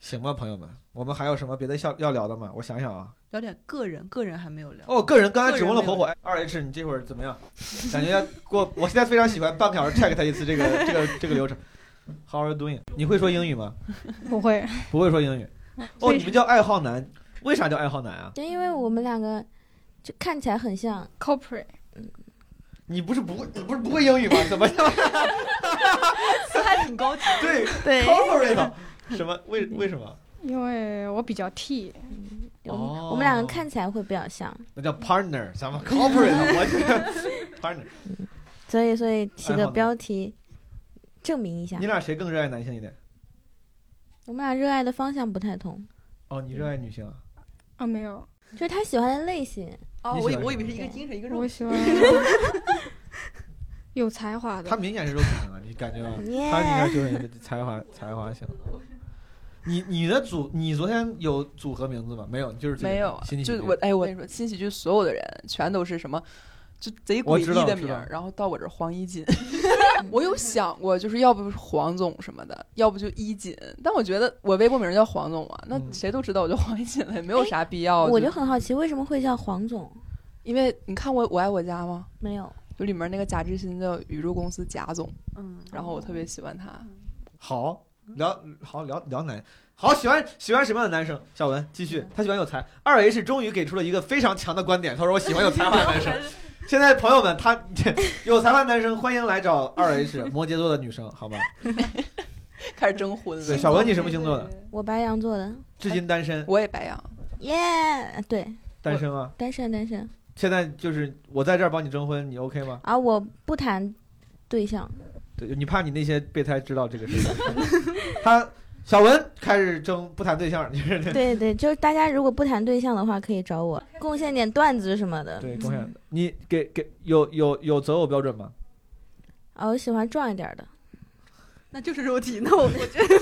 Speaker 1: 行吧，朋友们，我们还有什么别的要要聊的吗？我想想 啊。
Speaker 2: 聊点个人，个人还没有聊。
Speaker 1: 哦，个人刚才
Speaker 2: 个
Speaker 1: 只
Speaker 2: 人
Speaker 1: 问了
Speaker 2: 没
Speaker 1: 火
Speaker 2: 有
Speaker 1: 火二 H，你这会儿怎么样？感觉要过，我现在非常喜欢半个小时 check 他一次这个这个这个流程。How are you doing？你会说英语吗？
Speaker 5: 不会，
Speaker 1: 不会说英语。
Speaker 3: 嗯
Speaker 1: 哦，你们叫爱好男，为啥叫爱好男啊？
Speaker 4: 就因为我们两个就看起来很像，
Speaker 5: corporate
Speaker 1: 你不是不会，你不是不会英 语吗？怎么叫？
Speaker 2: 这还挺哎高级。
Speaker 1: 对
Speaker 4: 对
Speaker 1: ，corporate 什么？为
Speaker 3: 嗯
Speaker 1: 为什么？
Speaker 5: 因为我比较 T，
Speaker 4: 我们
Speaker 1: 哦
Speaker 4: 我们两个看起来会比较像，
Speaker 1: 那叫 partner，咱们 corporate，我这个 partner。
Speaker 4: 所以所以起
Speaker 1: 爱好
Speaker 4: 个
Speaker 1: 呢
Speaker 4: 标题证明一下
Speaker 1: 你，俩谁更热爱男性一点？
Speaker 4: 我们俩热爱的方向不太同，
Speaker 1: 哦，你热爱女性啊？
Speaker 5: 啊，没有，
Speaker 4: 就是他喜欢的类型，
Speaker 2: 哦
Speaker 1: 你，
Speaker 2: 我以
Speaker 1: 喜欢
Speaker 2: 我以
Speaker 1: 什
Speaker 2: 为
Speaker 1: 么
Speaker 2: 是一个精神一个肉
Speaker 5: 我。喜欢 有才华
Speaker 3: 嗯
Speaker 1: 他
Speaker 5: 的，
Speaker 1: 明显是肉体啊，你感觉吗？
Speaker 4: 耶、
Speaker 1: 他应该就是才华，才华型。你你的组，你昨天有组合名字吗？没有，你就是这个
Speaker 3: 没有
Speaker 1: 新，喜
Speaker 3: 就
Speaker 1: 剧
Speaker 3: 我哎，我跟你说，新喜剧所有的人全都是什么，就贼
Speaker 1: 我
Speaker 3: 诡
Speaker 1: 知道
Speaker 3: 异的
Speaker 1: 知
Speaker 3: 名
Speaker 1: 道
Speaker 3: 儿，然后到我这儿黄一锦， 我有想过，就是要不是黄总什么的，要不就一锦，但我觉得我微博名叫黄总啊，那
Speaker 1: 嗯
Speaker 3: 谁都知道我叫黄一锦了，也没有
Speaker 4: 哎
Speaker 3: 啥必要。
Speaker 4: 我就很好奇为什么会叫黄总，
Speaker 3: 因为你看我我爱我家吗？
Speaker 4: 没有，
Speaker 3: 就里面那个贾志新叫宇宙公司贾总，
Speaker 2: 嗯，
Speaker 3: 然后我特别喜欢他。
Speaker 1: 好聊好聊聊男，好喜欢喜欢什么样的男生？小文继续，他喜欢有才。二 H 终于给出了一个非常强的观点，他说我喜欢有才华的男 生。现在朋友们，他 有才华的男生欢迎来找二 H 摩羯座的女生，好吗？
Speaker 3: 开始征婚
Speaker 1: 对，
Speaker 3: 了。
Speaker 1: 小文你什么星座的？
Speaker 4: 我白羊座的，
Speaker 1: 至今单身，
Speaker 3: 我也白羊，
Speaker 4: 耶、对，
Speaker 1: 单身吗？
Speaker 4: 单身单身，
Speaker 1: 现在就是我在这儿帮你征婚，你 OK 吗？
Speaker 4: 啊，我不谈对象，
Speaker 1: 对你怕你那些备胎知道这个 事情。他小文开始争不谈对象，你 是
Speaker 4: 对对，就是大家如果不谈对象的话，可以找我贡献点段子什么的。
Speaker 1: 对嗯贡献。你给给有有有择偶标准吗？
Speaker 4: 啊，我喜欢壮一点的。
Speaker 2: 那就是肉体，那我我觉得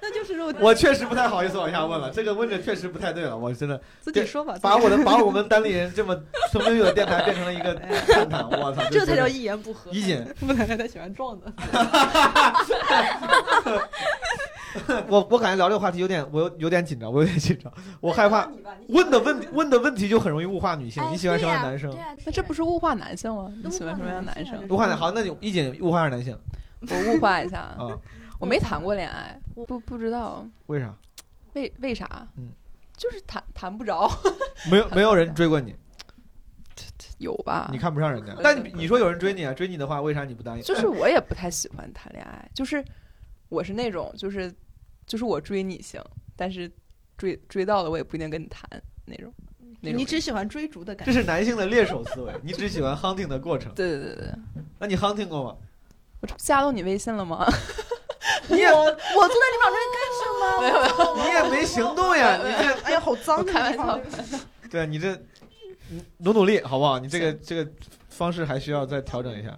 Speaker 2: 那就是肉体，
Speaker 1: 我确实不太好意思往下问了，这个问的确实不太对了，我真的
Speaker 2: 自己说吧。
Speaker 3: 啊
Speaker 2: 自己
Speaker 1: 把我
Speaker 2: 说
Speaker 1: 的把我们单立人这么纯粹的电台变成了一个探探，我操，
Speaker 2: 这才叫
Speaker 1: 一
Speaker 2: 一言不合。
Speaker 1: 一锦。
Speaker 2: 不能让他喜欢壮的。
Speaker 1: 我我感觉聊这个话题有点我有有点紧张，我有点紧张，我害怕
Speaker 2: 你吧你喜欢
Speaker 1: 问的问题问的问题就很容易物化女性。你喜欢什么样的男生
Speaker 4: 哎对？啊，
Speaker 3: 那哎这不是物化男性吗？
Speaker 4: 都
Speaker 3: 你喜欢什么样的男
Speaker 4: 物化男性啊
Speaker 3: 生？
Speaker 1: 物化男好，那你一锦物化是男性
Speaker 3: 我物化一下，
Speaker 1: 啊？
Speaker 3: 我没谈过恋爱，不不知道
Speaker 1: 为啥？
Speaker 3: 为为啥，
Speaker 1: 嗯
Speaker 3: 就是谈谈不着，
Speaker 1: 没有没有人追过你。
Speaker 3: 有吧
Speaker 1: 你？看不上人家
Speaker 3: 可。
Speaker 1: 但
Speaker 3: 能
Speaker 1: 你你说有人追你啊，追你的话，为啥你不答应？
Speaker 3: 就是我也不太喜欢谈恋爱，就是我是那种就是就是我追你行，但是追追到了我也不一定跟你谈那种，那种
Speaker 2: 你只喜欢追逐的感
Speaker 1: 这
Speaker 2: 觉。
Speaker 1: 是男性的猎手思维，你只喜欢 hunting 的过程。
Speaker 3: 对对对对，
Speaker 1: 那你 hunting 过吗？
Speaker 3: 我这不加到你微信了吗？
Speaker 1: 你也
Speaker 2: 我坐在你们俩这里干什么？
Speaker 1: 你也没行动呀，你这
Speaker 2: 哎呀，好脏！
Speaker 3: 开玩笑
Speaker 2: 这个地方
Speaker 1: 对你这嗯努努力好不好？你这个这个方式还需要再调整一下。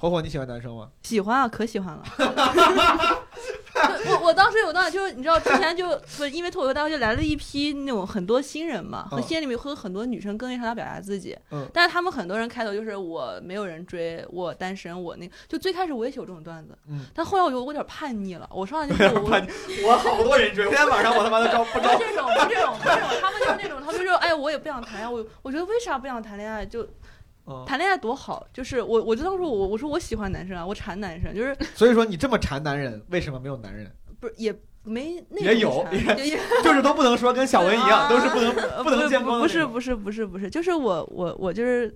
Speaker 1: 火火，你喜欢男生吗？
Speaker 2: 喜欢啊，可喜欢了。 我我当时有那，就是你知道之前就不是因为脱口秀大会就来了一批那种很多新人嘛，和
Speaker 1: 嗯
Speaker 2: 新人里面会有很多女生更愿意上台表达自己，
Speaker 1: 嗯
Speaker 2: 但是他们很多人开头就是我没有人追，我单身，我那就最开始我也写过这种段子，
Speaker 1: 嗯
Speaker 2: 但后来我有我有点叛逆了，我上 来就是我
Speaker 1: 我好多人追，今天晚上我他妈的招不
Speaker 2: 不 是这种，不是这种，不是这种，他们就是那种，他们就说，哎，我也不想谈恋爱，我我觉得为啥不想谈恋爱？就
Speaker 1: 嗯
Speaker 2: 谈恋爱多好，就是我，我就当时我我说我喜欢男生啊，我馋男生，就是
Speaker 1: 所以说你这么馋男人，为什么没有男人？
Speaker 2: 不是也没那
Speaker 1: 也有
Speaker 2: 种 馋也也
Speaker 1: 就是都不能说跟小文一样，
Speaker 2: 啊
Speaker 1: 都是不能
Speaker 2: 呃
Speaker 1: 不
Speaker 2: 不
Speaker 1: 能
Speaker 2: 是
Speaker 1: 见光的
Speaker 2: 不是
Speaker 1: 那种
Speaker 2: 不是不是不是，就是我我我就是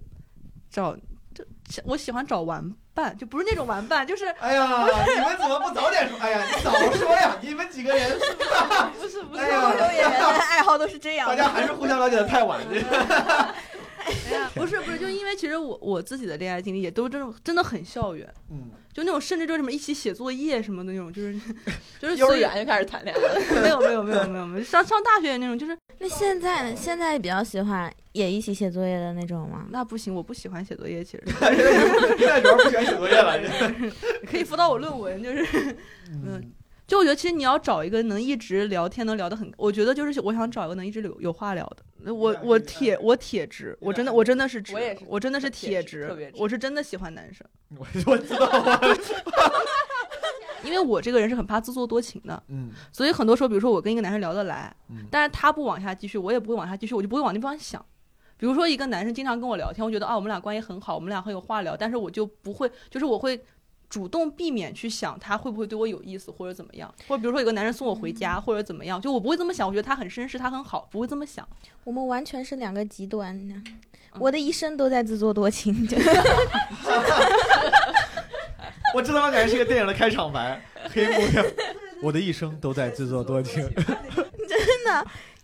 Speaker 2: 找就我喜欢找玩伴，就不是那种玩伴，就是
Speaker 1: 哎呀，你们怎么不早点说？哎呀，你早说呀！你们几个人，
Speaker 2: 不是不是
Speaker 1: 哎
Speaker 4: 脱口秀
Speaker 1: 呀，
Speaker 4: 演员的爱好都是这样
Speaker 1: 大
Speaker 4: 的。
Speaker 1: 家还是互相了解的太晚。
Speaker 2: 哎呀不是不是，就因为其实我我自己的恋爱经历也都真的真的很校园。
Speaker 1: 嗯，
Speaker 2: 就那种甚至就什么一起写作业什么的那种，就是就是
Speaker 3: 幼
Speaker 2: 所
Speaker 3: 儿
Speaker 2: 以
Speaker 3: 园就开始谈恋爱了，
Speaker 2: 没有没有没有没有没有上上大学那种，就是
Speaker 4: 那现在呢？现在比较喜欢也一起写作业的那种吗？
Speaker 2: 那不行，我不喜欢写作业，其实
Speaker 1: 现在主要不喜欢写作业了。
Speaker 2: 可以辅导我论文，就是嗯，就我觉得其实你要找一个能一直聊天能聊得很，我觉得就是我想找一个能一直有有话聊的，我
Speaker 3: 啊
Speaker 2: 我铁我铁直，我真的我真的是直，
Speaker 3: 我也是
Speaker 2: 我真的是
Speaker 3: 铁
Speaker 2: 铁
Speaker 3: 直特别直
Speaker 2: 我是真的喜欢男生，
Speaker 1: 我我知道啊。
Speaker 2: 因为我这个人是很怕自作多情的，
Speaker 1: 嗯
Speaker 2: 所以很多时候，比如说我跟一个男生聊得来，
Speaker 1: 嗯
Speaker 2: 但是他不往下继续，我也不会往下继续，我就不会往那方想。比如说一个男生经常跟我聊天，我觉得啊，我们俩关系很好，我们俩很有话聊，但是我就不会，就是我会主动避免去想他会不会对我有意思或者怎么样，嗯或者比如说有个男人送我回家、或者怎么样，就我不会这么想，我觉得他很绅士，他很好，不会这么想。
Speaker 4: 我们完全是两个极端呢。
Speaker 2: 嗯
Speaker 4: 我的一生都在自作多 情，就
Speaker 1: 我知道，感觉是个电影的开场白，黑幕呀。我的一生都在自作多情。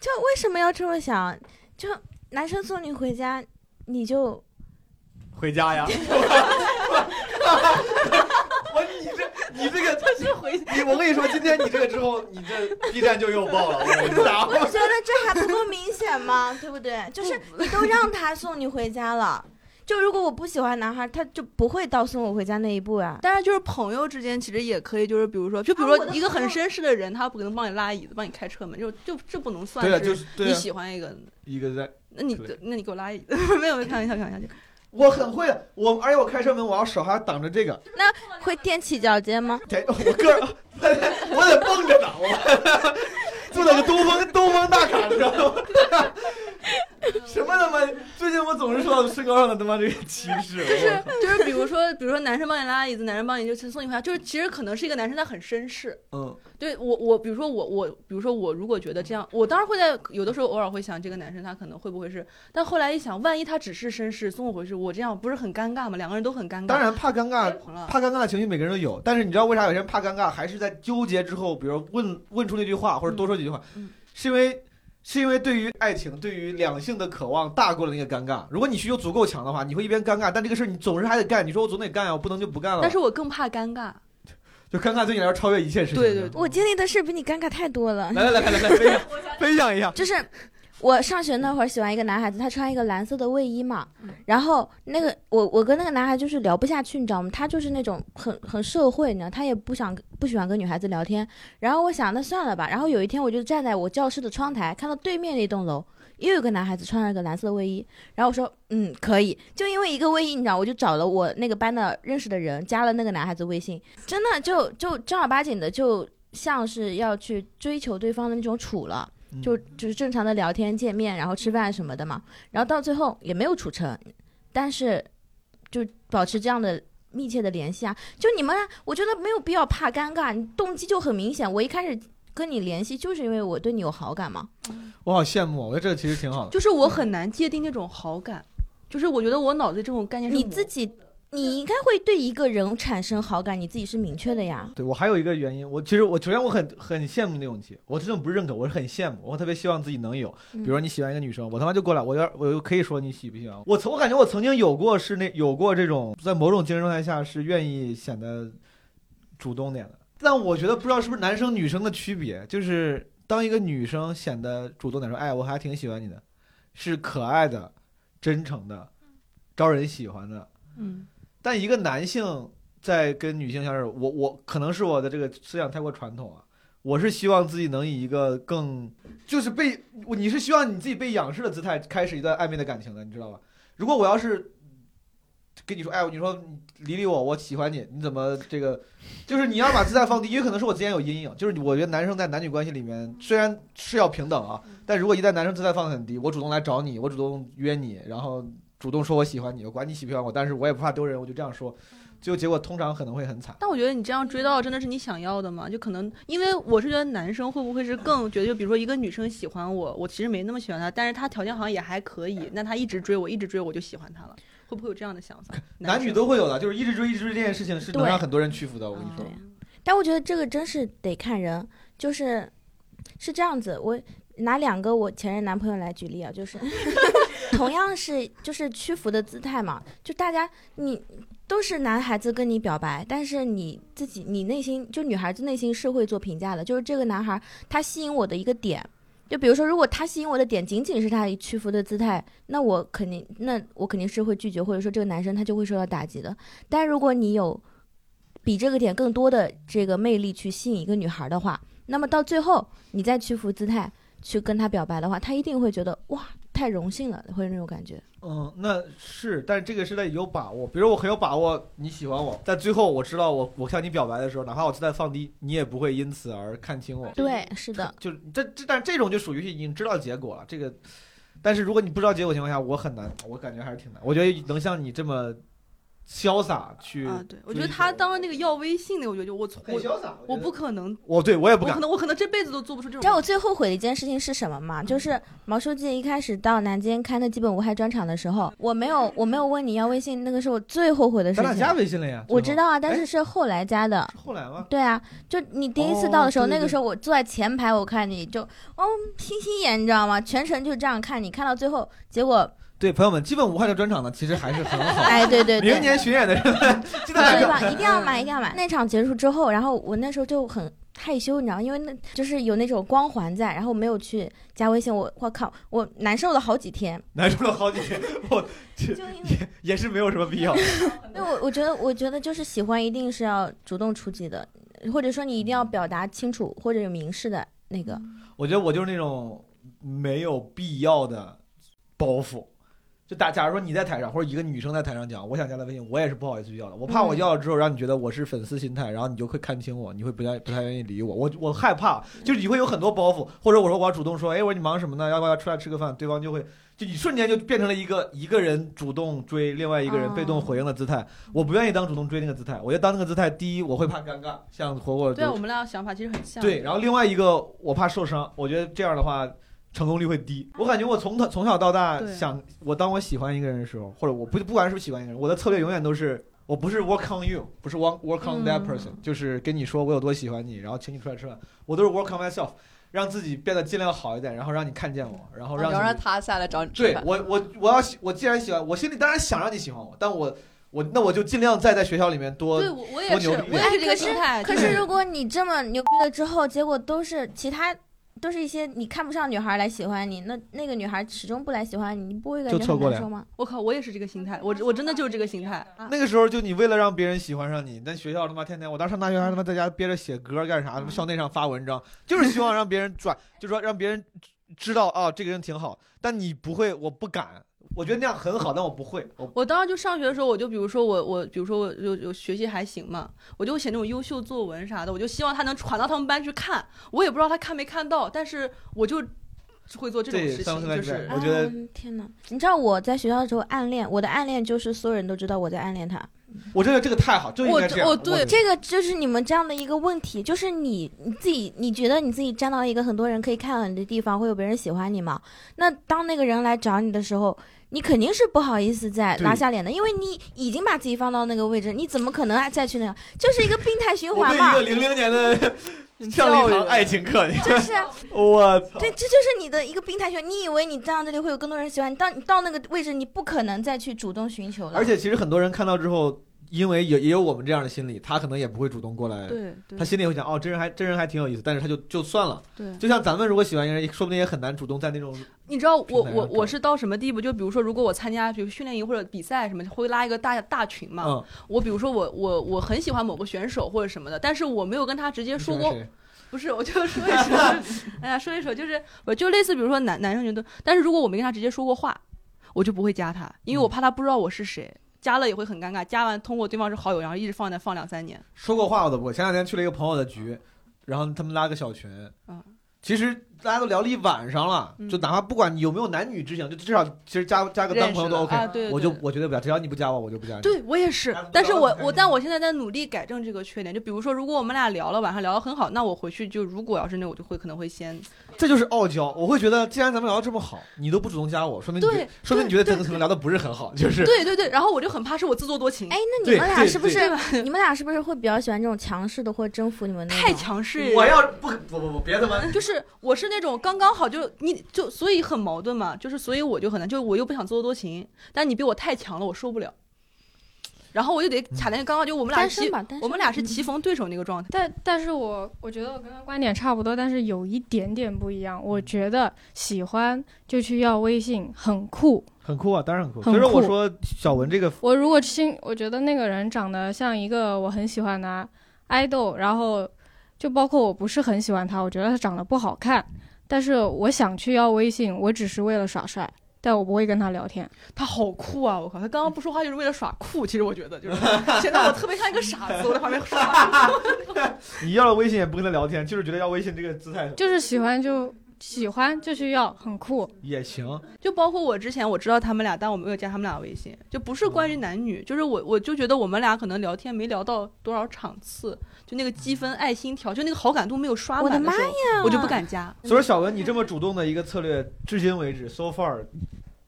Speaker 4: 就为什么要这么想？就男生送你回家，你就
Speaker 1: 回家呀。 我你这你这个
Speaker 2: 是回
Speaker 1: 你我跟你说，今天你这个之后，你这 B 站就又爆了。我跟你讲
Speaker 4: 我觉得这还不够明 显吗？对不对？就是你都让他送你回家了，就如果我不喜欢男孩，他就不会到送我回家那一步啊。
Speaker 2: 但是就是朋友之间其实也可以，就是比如说，就比如
Speaker 4: 啊我
Speaker 2: 说
Speaker 4: 的
Speaker 2: 一个很
Speaker 4: 朋
Speaker 2: 绅士的人，他不可能帮你拉椅子，帮你开车门，就就这不能算
Speaker 1: 对啊，就是是对
Speaker 2: 你
Speaker 1: 啊，
Speaker 2: 喜欢一个人。
Speaker 1: 一个在。
Speaker 2: 那你
Speaker 1: 对
Speaker 2: 那你给我拉椅子， 没有，没有开玩笑，开玩笑。
Speaker 1: 我很会的，我而且我开车门，我要手还要挡着这个，
Speaker 4: 会踮起脚尖吗？
Speaker 1: 得我个儿，我得蹦着呢，我 做那个东风东风大卡，你知道吗？ 什么他妈？最近我总是受到身高上的他妈这个歧视，
Speaker 2: 就是 就是，比如说，比如说，男生帮你拉椅子，男生帮你就送你回家，就是其实可能是一个男生他很绅士。
Speaker 1: 嗯
Speaker 2: 对我我，比如说我我，比如说我如果觉得这样，我当然会在有的时候偶尔会想这个男生他可能会不会是，但后来一想，万一他只是绅士送我回去，我这样不是很尴尬吗？两个人都很尴尬。
Speaker 1: 当然怕尴尬
Speaker 2: 结，婚了，
Speaker 1: 怕尴尬的情绪每个人都有，但是你知道为啥有些人怕尴尬，还是在纠结之后，比如问问出那句话或者多说几句话，
Speaker 2: 嗯
Speaker 1: 是因为是因为对于爱情、对于两性的渴望大过了那个尴尬。如果你需求足够强的话，你会一边尴尬，但这个事儿你总是还得干。你说我总得干啊呀，我不能就不干了吧。
Speaker 2: 但是我更怕尴尬。
Speaker 1: 就尴尬对你来说超越一切事情。
Speaker 2: 对对
Speaker 1: 对
Speaker 4: 我经历的事比你尴尬太多了。
Speaker 1: 来来来来来来，分享分享一下。
Speaker 4: 就是我上学那会儿喜欢一个男孩子，他穿一个蓝色的卫衣嘛，然后那个我我跟那个男孩就是聊不下去，你知道吗？他就是那种很很社会，你知道，他也不想不喜欢跟女孩子聊天。然后我想那算了吧。然后有一天我就站在我教室的窗台，看到对面那栋楼。又有个男孩子穿了个蓝色的卫衣，然后我说，嗯，可以，就因为一个卫衣，你知道，我就找了我那个班的认识的人，加了那个男孩子微信，真的就就正儿八经的，就像是要去追求对方的那种处了。
Speaker 2: 嗯
Speaker 4: 就
Speaker 1: 嗯
Speaker 4: 就是正常的聊天、见面，然后吃饭什么的嘛。然后到最后也没有处成，但是就保持这样的密切的联系啊。就你们，我觉得没有必要怕尴尬，你动机就很明显。我一开始跟你联系，就是因为我对你有好感嘛。
Speaker 1: 我好羡慕，我觉得这个其实挺好的。
Speaker 2: 就是我很难界定那种好感，就是我觉得我脑子里这种概念是
Speaker 4: 你
Speaker 2: 模
Speaker 4: 自己，你应该会对一个人产生好感，你自己是明确的呀。
Speaker 1: 对我还有一个原因，我其实我首先我很很羡慕那种气，我真的不是认可，我是很羡慕，我特别希望自己能有。比
Speaker 4: 嗯
Speaker 1: 如说你喜欢一个女生，我他妈就过来，我要我就可以说你喜不喜欢我。我曾我感觉我曾经有过是那有过这种在某种精神状态下是愿意显得主动点的，但我觉得不知道是不是男生女生的区别，就是当一个女生显得主动点说，哎，我还挺喜欢你的。是可爱的、真诚的、招人喜欢的。
Speaker 2: 嗯，
Speaker 1: 但一个男性在跟女性相处，我我可能是我的这个思想太过传统啊，我是希望自己能以一个更就是被我你是希望你自己被仰视的姿态开始一段暧昧的感情的，你知道吧？如果我要是跟你说，哎，你说你理理我，我喜欢你，你怎么这个？就是你要把姿态放低，也可能是我之前有阴影，就是我觉得男生在男女关系里面虽然是要平等啊，但如果一旦男生姿态放得很低，我主动来找你，我主动约你，然后主动说我喜欢你，我管你喜不喜欢我，但是我也不怕丢人，我就这样说，最后结果通常可能会很惨。
Speaker 2: 但我觉得你这样追到真的是你想要的吗？就可能因为我是觉得男生会不会是更觉得，就比如说一个女生喜欢我，我其实没那么喜欢她，但是她条件好像也还可以，那她一直追我，一直追我就喜欢她了，会不会有这样的想法？
Speaker 1: 男女
Speaker 2: 生
Speaker 1: 都会有的，就是一直追一直追这件事情是能
Speaker 4: 对
Speaker 1: 让很多人屈服的。我跟你说，
Speaker 2: 啊
Speaker 4: 但我觉得这个真是得看人，就是是这样子。我拿两个我前任男朋友来举例啊，就是 同样是就是屈服的姿态嘛，就大家你都是男孩子跟你表白，但是你自己你内心就女孩子内心是会做评价的，就是这个男孩他吸引我的一个点。就比如说，如果他吸引我的点仅仅是他以屈服的姿态，那我肯定，那我肯定是会拒绝，或者说这个男生他就会受到打击的。但如果你有比这个点更多的这个魅力去吸引一个女孩的话，那么到最后你再屈服姿态去跟她表白的话，她一定会觉得哇太荣幸了，会有那种感觉。
Speaker 1: 嗯，那是，但是这个是在有把握。比如我很有把握你喜欢我，但最后我知道我我向你表白的时候，哪怕我姿态放低，你也不会因此而看清我。
Speaker 4: 对，是的，
Speaker 1: 就是这这，但这种就属于是已经知道结果了。这个，但是如果你不知道结果情况下，我很难，我感觉还是挺难。我觉得能像你这么潇洒去，
Speaker 2: 啊，对，我觉得他当时那个要微信那个，我觉得就我从
Speaker 1: 很
Speaker 2: 我
Speaker 1: 潇洒，觉得
Speaker 2: 我不，可能，
Speaker 1: 我对我也不
Speaker 2: 我可
Speaker 1: 敢。
Speaker 2: 能我可能这辈子都做不出这
Speaker 4: 你知道
Speaker 2: 种
Speaker 4: 我。最后悔的一件事情是什么吗？就是毛书记一开始到南京开那基本无害专场的时候，我没有我没有问你要微信，那个是我最后悔的事
Speaker 1: 咱俩
Speaker 4: 情
Speaker 1: 加。微信了呀？
Speaker 4: 我知道啊，但
Speaker 1: 哎
Speaker 4: 是是后来加的。
Speaker 1: 最后。后来吗？
Speaker 4: 对啊，就你第一次到的时
Speaker 1: 哎
Speaker 4: 候，
Speaker 1: 哦对
Speaker 4: 那
Speaker 1: 对
Speaker 4: 个时候我坐在前排，我看你就哦星星眼，你知道吗？全程就这样看你，看到最后，结果
Speaker 1: 对，朋友们，基本无害的专场呢，其实还是很好。
Speaker 4: 哎，对对对，
Speaker 1: 明年巡演的人们，记得嗯来
Speaker 4: 对
Speaker 1: 看。
Speaker 4: 吧？一定要买，一定要买。那场结束之后，然后我那时候就很害羞，你知道吗，因为那就是有那种光环在，然后没有去加微信，我我靠，我难受了好 几天。
Speaker 1: 难受了好几天，我
Speaker 4: 就因为
Speaker 1: 也是没有什么必要。
Speaker 4: 因为我我觉得，我觉得就是喜欢一定是要主动出击的，或者说你一定要表达清楚或者有明示的那个。
Speaker 1: 我觉得我就是那种没有必要的包袱。就打，假如说你在台上，或者一个女生在台上讲，我想加她微信，我也是不好意思去要的，我怕我
Speaker 2: 嗯
Speaker 1: 要了之后让你觉得我是粉丝心态，然后你就会看清我，你会不太不太愿意理我，我我害怕，就是你会有很多包袱，或者我说我要主动说，哎，我说你忙什么呢？要不要出来吃个饭？对方就会，就你瞬间就变成了一个一个人主动追另外一个人被
Speaker 2: 啊
Speaker 1: 动回应的姿态，我不愿意当主动追那个姿态，我觉得当那个姿态，第一我会怕尴尬，像火火
Speaker 2: 对啊，我们俩想法其实很像。
Speaker 1: 对，然后另外一个我怕受伤，我觉得这样的话成功率会低。我感觉我从从小到大
Speaker 2: 对
Speaker 1: 想，我当我喜欢一个人的时候，或者我不不管是不是喜欢一个人，我的策略永远都是我不是 work on you，不是 work work on that
Speaker 2: 嗯
Speaker 1: person，、就是跟你说我有多喜欢你，然后请你出来吃饭，我都是 work on myself，让自己变得尽量好一点，然后让你看见我，然后
Speaker 3: 然
Speaker 1: 哦让你
Speaker 3: 后哦让他下来找你吃
Speaker 1: 对
Speaker 3: 饭。
Speaker 1: 我，我我要喜，我既然喜欢，我心里当然想让你喜欢我，但我我那我就尽量再在学校里面多
Speaker 2: 对，我我
Speaker 1: 多
Speaker 2: 也是，
Speaker 1: 牛
Speaker 2: 我
Speaker 1: 逼
Speaker 2: 也是这
Speaker 4: 哎可
Speaker 2: 个
Speaker 4: 是
Speaker 2: 心态。
Speaker 4: 可
Speaker 2: 就是
Speaker 4: 如果你这么牛逼了之后，结果都是其他。都是一些你看不上女孩来喜欢你，那那个女孩始终不来喜欢你，你不会感
Speaker 1: 就
Speaker 4: 觉
Speaker 1: 错
Speaker 4: 很
Speaker 1: 过
Speaker 4: 难
Speaker 1: 了
Speaker 4: 受吗？
Speaker 2: 我靠，我也是这个心态，我我真的就是这个心态。
Speaker 1: 那个时候就你为了让别人喜欢上你，在学校他妈天天，我当时上大学还他妈在家憋着写歌干啥？他妈校内上发文章， 就是希望让别人转，就说让别人知道啊、这个人挺好。但你不会，我不敢，我觉得那样很好，但我不会。我
Speaker 2: 我当时就上学的时候，我就比如说我我比如说我有有学习还行嘛，我就写那种优秀作文啥的，我就希望他能传到他们班去看。我也不知道他看没看到，但是我就会做这种
Speaker 1: 对
Speaker 2: 事
Speaker 1: 上
Speaker 2: 情，
Speaker 1: 次那
Speaker 2: 就
Speaker 1: 个
Speaker 2: 是
Speaker 1: 我觉得
Speaker 4: 嗯天哪！你知道我在学校的时候暗恋，我的暗恋就是所有人都知道我在暗恋他。
Speaker 1: 我真的这个太好，就应该这样。
Speaker 2: 我
Speaker 1: 我
Speaker 2: 我对
Speaker 1: 觉得
Speaker 4: 这个就是你们这样的一个问题，就是你你自己，你觉得你自己站到一个很多人可以看到你的地方，会有别人喜欢你吗？那当那个人来找你的时候，你肯定是不好意思再
Speaker 1: 对
Speaker 4: 拉下脸的，因为你已经把自己放到那个位置，你怎么可能还再去那样？就是一个病态循
Speaker 1: 我
Speaker 4: 环
Speaker 1: 对一
Speaker 4: 嘛
Speaker 1: 个。零零年的
Speaker 3: 你
Speaker 1: 上了一
Speaker 3: 教
Speaker 1: 堂
Speaker 3: 育
Speaker 1: 爱情课，你
Speaker 4: 就 是，啊
Speaker 1: 我操！
Speaker 4: 对，这就是你的一个病态循环。你以为你站到这里会有更多人喜欢你，当你到那个位置，你不可能再去主动寻求了。
Speaker 1: 而且其实很多人看到之后，因为也也有我们这样的心理，他可能也不会主动过来。
Speaker 2: 对对
Speaker 1: 他心里会想，哦，这人还这人还挺有意思，但是他就就算了。
Speaker 2: 对，
Speaker 1: 就像咱们如果喜欢一个人，说不定也很难主动在那种
Speaker 2: 你知道我
Speaker 1: 平台上
Speaker 2: 我
Speaker 1: 找
Speaker 2: 我是到什么地步？就比如说，如果我参加比如训练营或者比赛什么，会拉一个大大群嘛。
Speaker 1: 嗯，
Speaker 2: 我比如说我我我很喜欢某个选手或者什么的，但是我没有跟他直接说
Speaker 6: 你喜欢
Speaker 2: 过，
Speaker 6: 谁
Speaker 2: 不是，我就说一说， 哎呀，说一说，就是我就类似，比如说男男生觉得，但是如果我没跟他直接说过话，我就不会加他，因为我怕他不知道我是谁，加了也会很尴尬，加完通过对方是好友，然后一直放在那放两三年，
Speaker 1: 说过话我都不会。前两天去了一个朋友的局，然后他们拉个小群，
Speaker 2: 嗯
Speaker 1: 其实大家都聊了一晚上了，
Speaker 2: 嗯
Speaker 1: 就哪怕不管你有没有男女之情，就至少其实加加个当朋友都
Speaker 3: 认识
Speaker 1: OK
Speaker 3: 了。
Speaker 2: 啊，对，对
Speaker 1: 我就
Speaker 2: 对
Speaker 1: 我绝对不哎加，只要你不加我，我就不加你。
Speaker 2: 对我也是
Speaker 1: 大家都，
Speaker 2: 但是
Speaker 1: 聊得
Speaker 2: 我
Speaker 1: 很开
Speaker 2: 我
Speaker 1: 心
Speaker 2: 但我现在在努力改正这个缺点。就比如说，如果我们俩聊了，晚上聊得很好，那我回去就如果要是那，我就会可能会先
Speaker 1: 这就是傲娇。我会觉得，既然咱们聊得这么好，你都不主动加我，说明你觉
Speaker 2: 对
Speaker 1: 说明你觉得
Speaker 2: 对
Speaker 1: 这个可能聊得不是很好，就是
Speaker 2: 对对对，然后我就很怕是我自作多情，
Speaker 4: 哎，那你们俩
Speaker 1: 对
Speaker 4: 是不是
Speaker 2: 嗯对
Speaker 4: 你们俩是不是会比较喜欢这种强势的或者征服你们那种？
Speaker 2: 太强势。
Speaker 6: 我要不不不不，别他妈
Speaker 2: 就是我是那种刚刚好就你就所以很矛盾嘛，就是所以我就很难，就是我又不想自作多情，但你比我太强了，我受不了。然后我就得卡在那刚刚就我们俩
Speaker 4: 单身
Speaker 2: 棋，
Speaker 4: 吧，嗯单身
Speaker 2: 我们俩是棋逢对手那个状态。
Speaker 5: 但但是我我觉得我跟他观点差不多，但是有一点点不一样。我觉得喜欢就去要微信，很酷。
Speaker 1: 很酷啊，当然很酷。
Speaker 5: 很
Speaker 1: 所以说我
Speaker 5: 酷
Speaker 1: 说小文这个
Speaker 5: 我如果欣，我觉得那个人长得像一个我很喜欢的爱豆，然后就包括我不是很喜欢他，我觉得他长得不好看，但是我想去要微信，我只是为了耍帅，但我不会跟他聊天。
Speaker 2: 他好酷啊！我靠，他刚刚不说话就是为了耍酷。其实我觉得就是显得我特别像一个傻子，我在旁边耍。
Speaker 1: 你要了微信也不跟他聊天，就是觉得要微信这个姿态
Speaker 5: 就是喜欢就喜欢就去要，很酷。
Speaker 1: 也行。
Speaker 2: 就包括我之前我知道他们俩，但我没有加他们俩微信，就不是关于男女，就是我我就觉得我们俩可能聊天没聊到多少场次，就那个积分爱心条，就那个好感度没有刷
Speaker 4: 我的
Speaker 2: 满
Speaker 4: 妈
Speaker 2: 时候，
Speaker 4: 呀
Speaker 2: 我就不敢加。
Speaker 1: 所以说小文，你这么主动的一个策略，至今为止 so far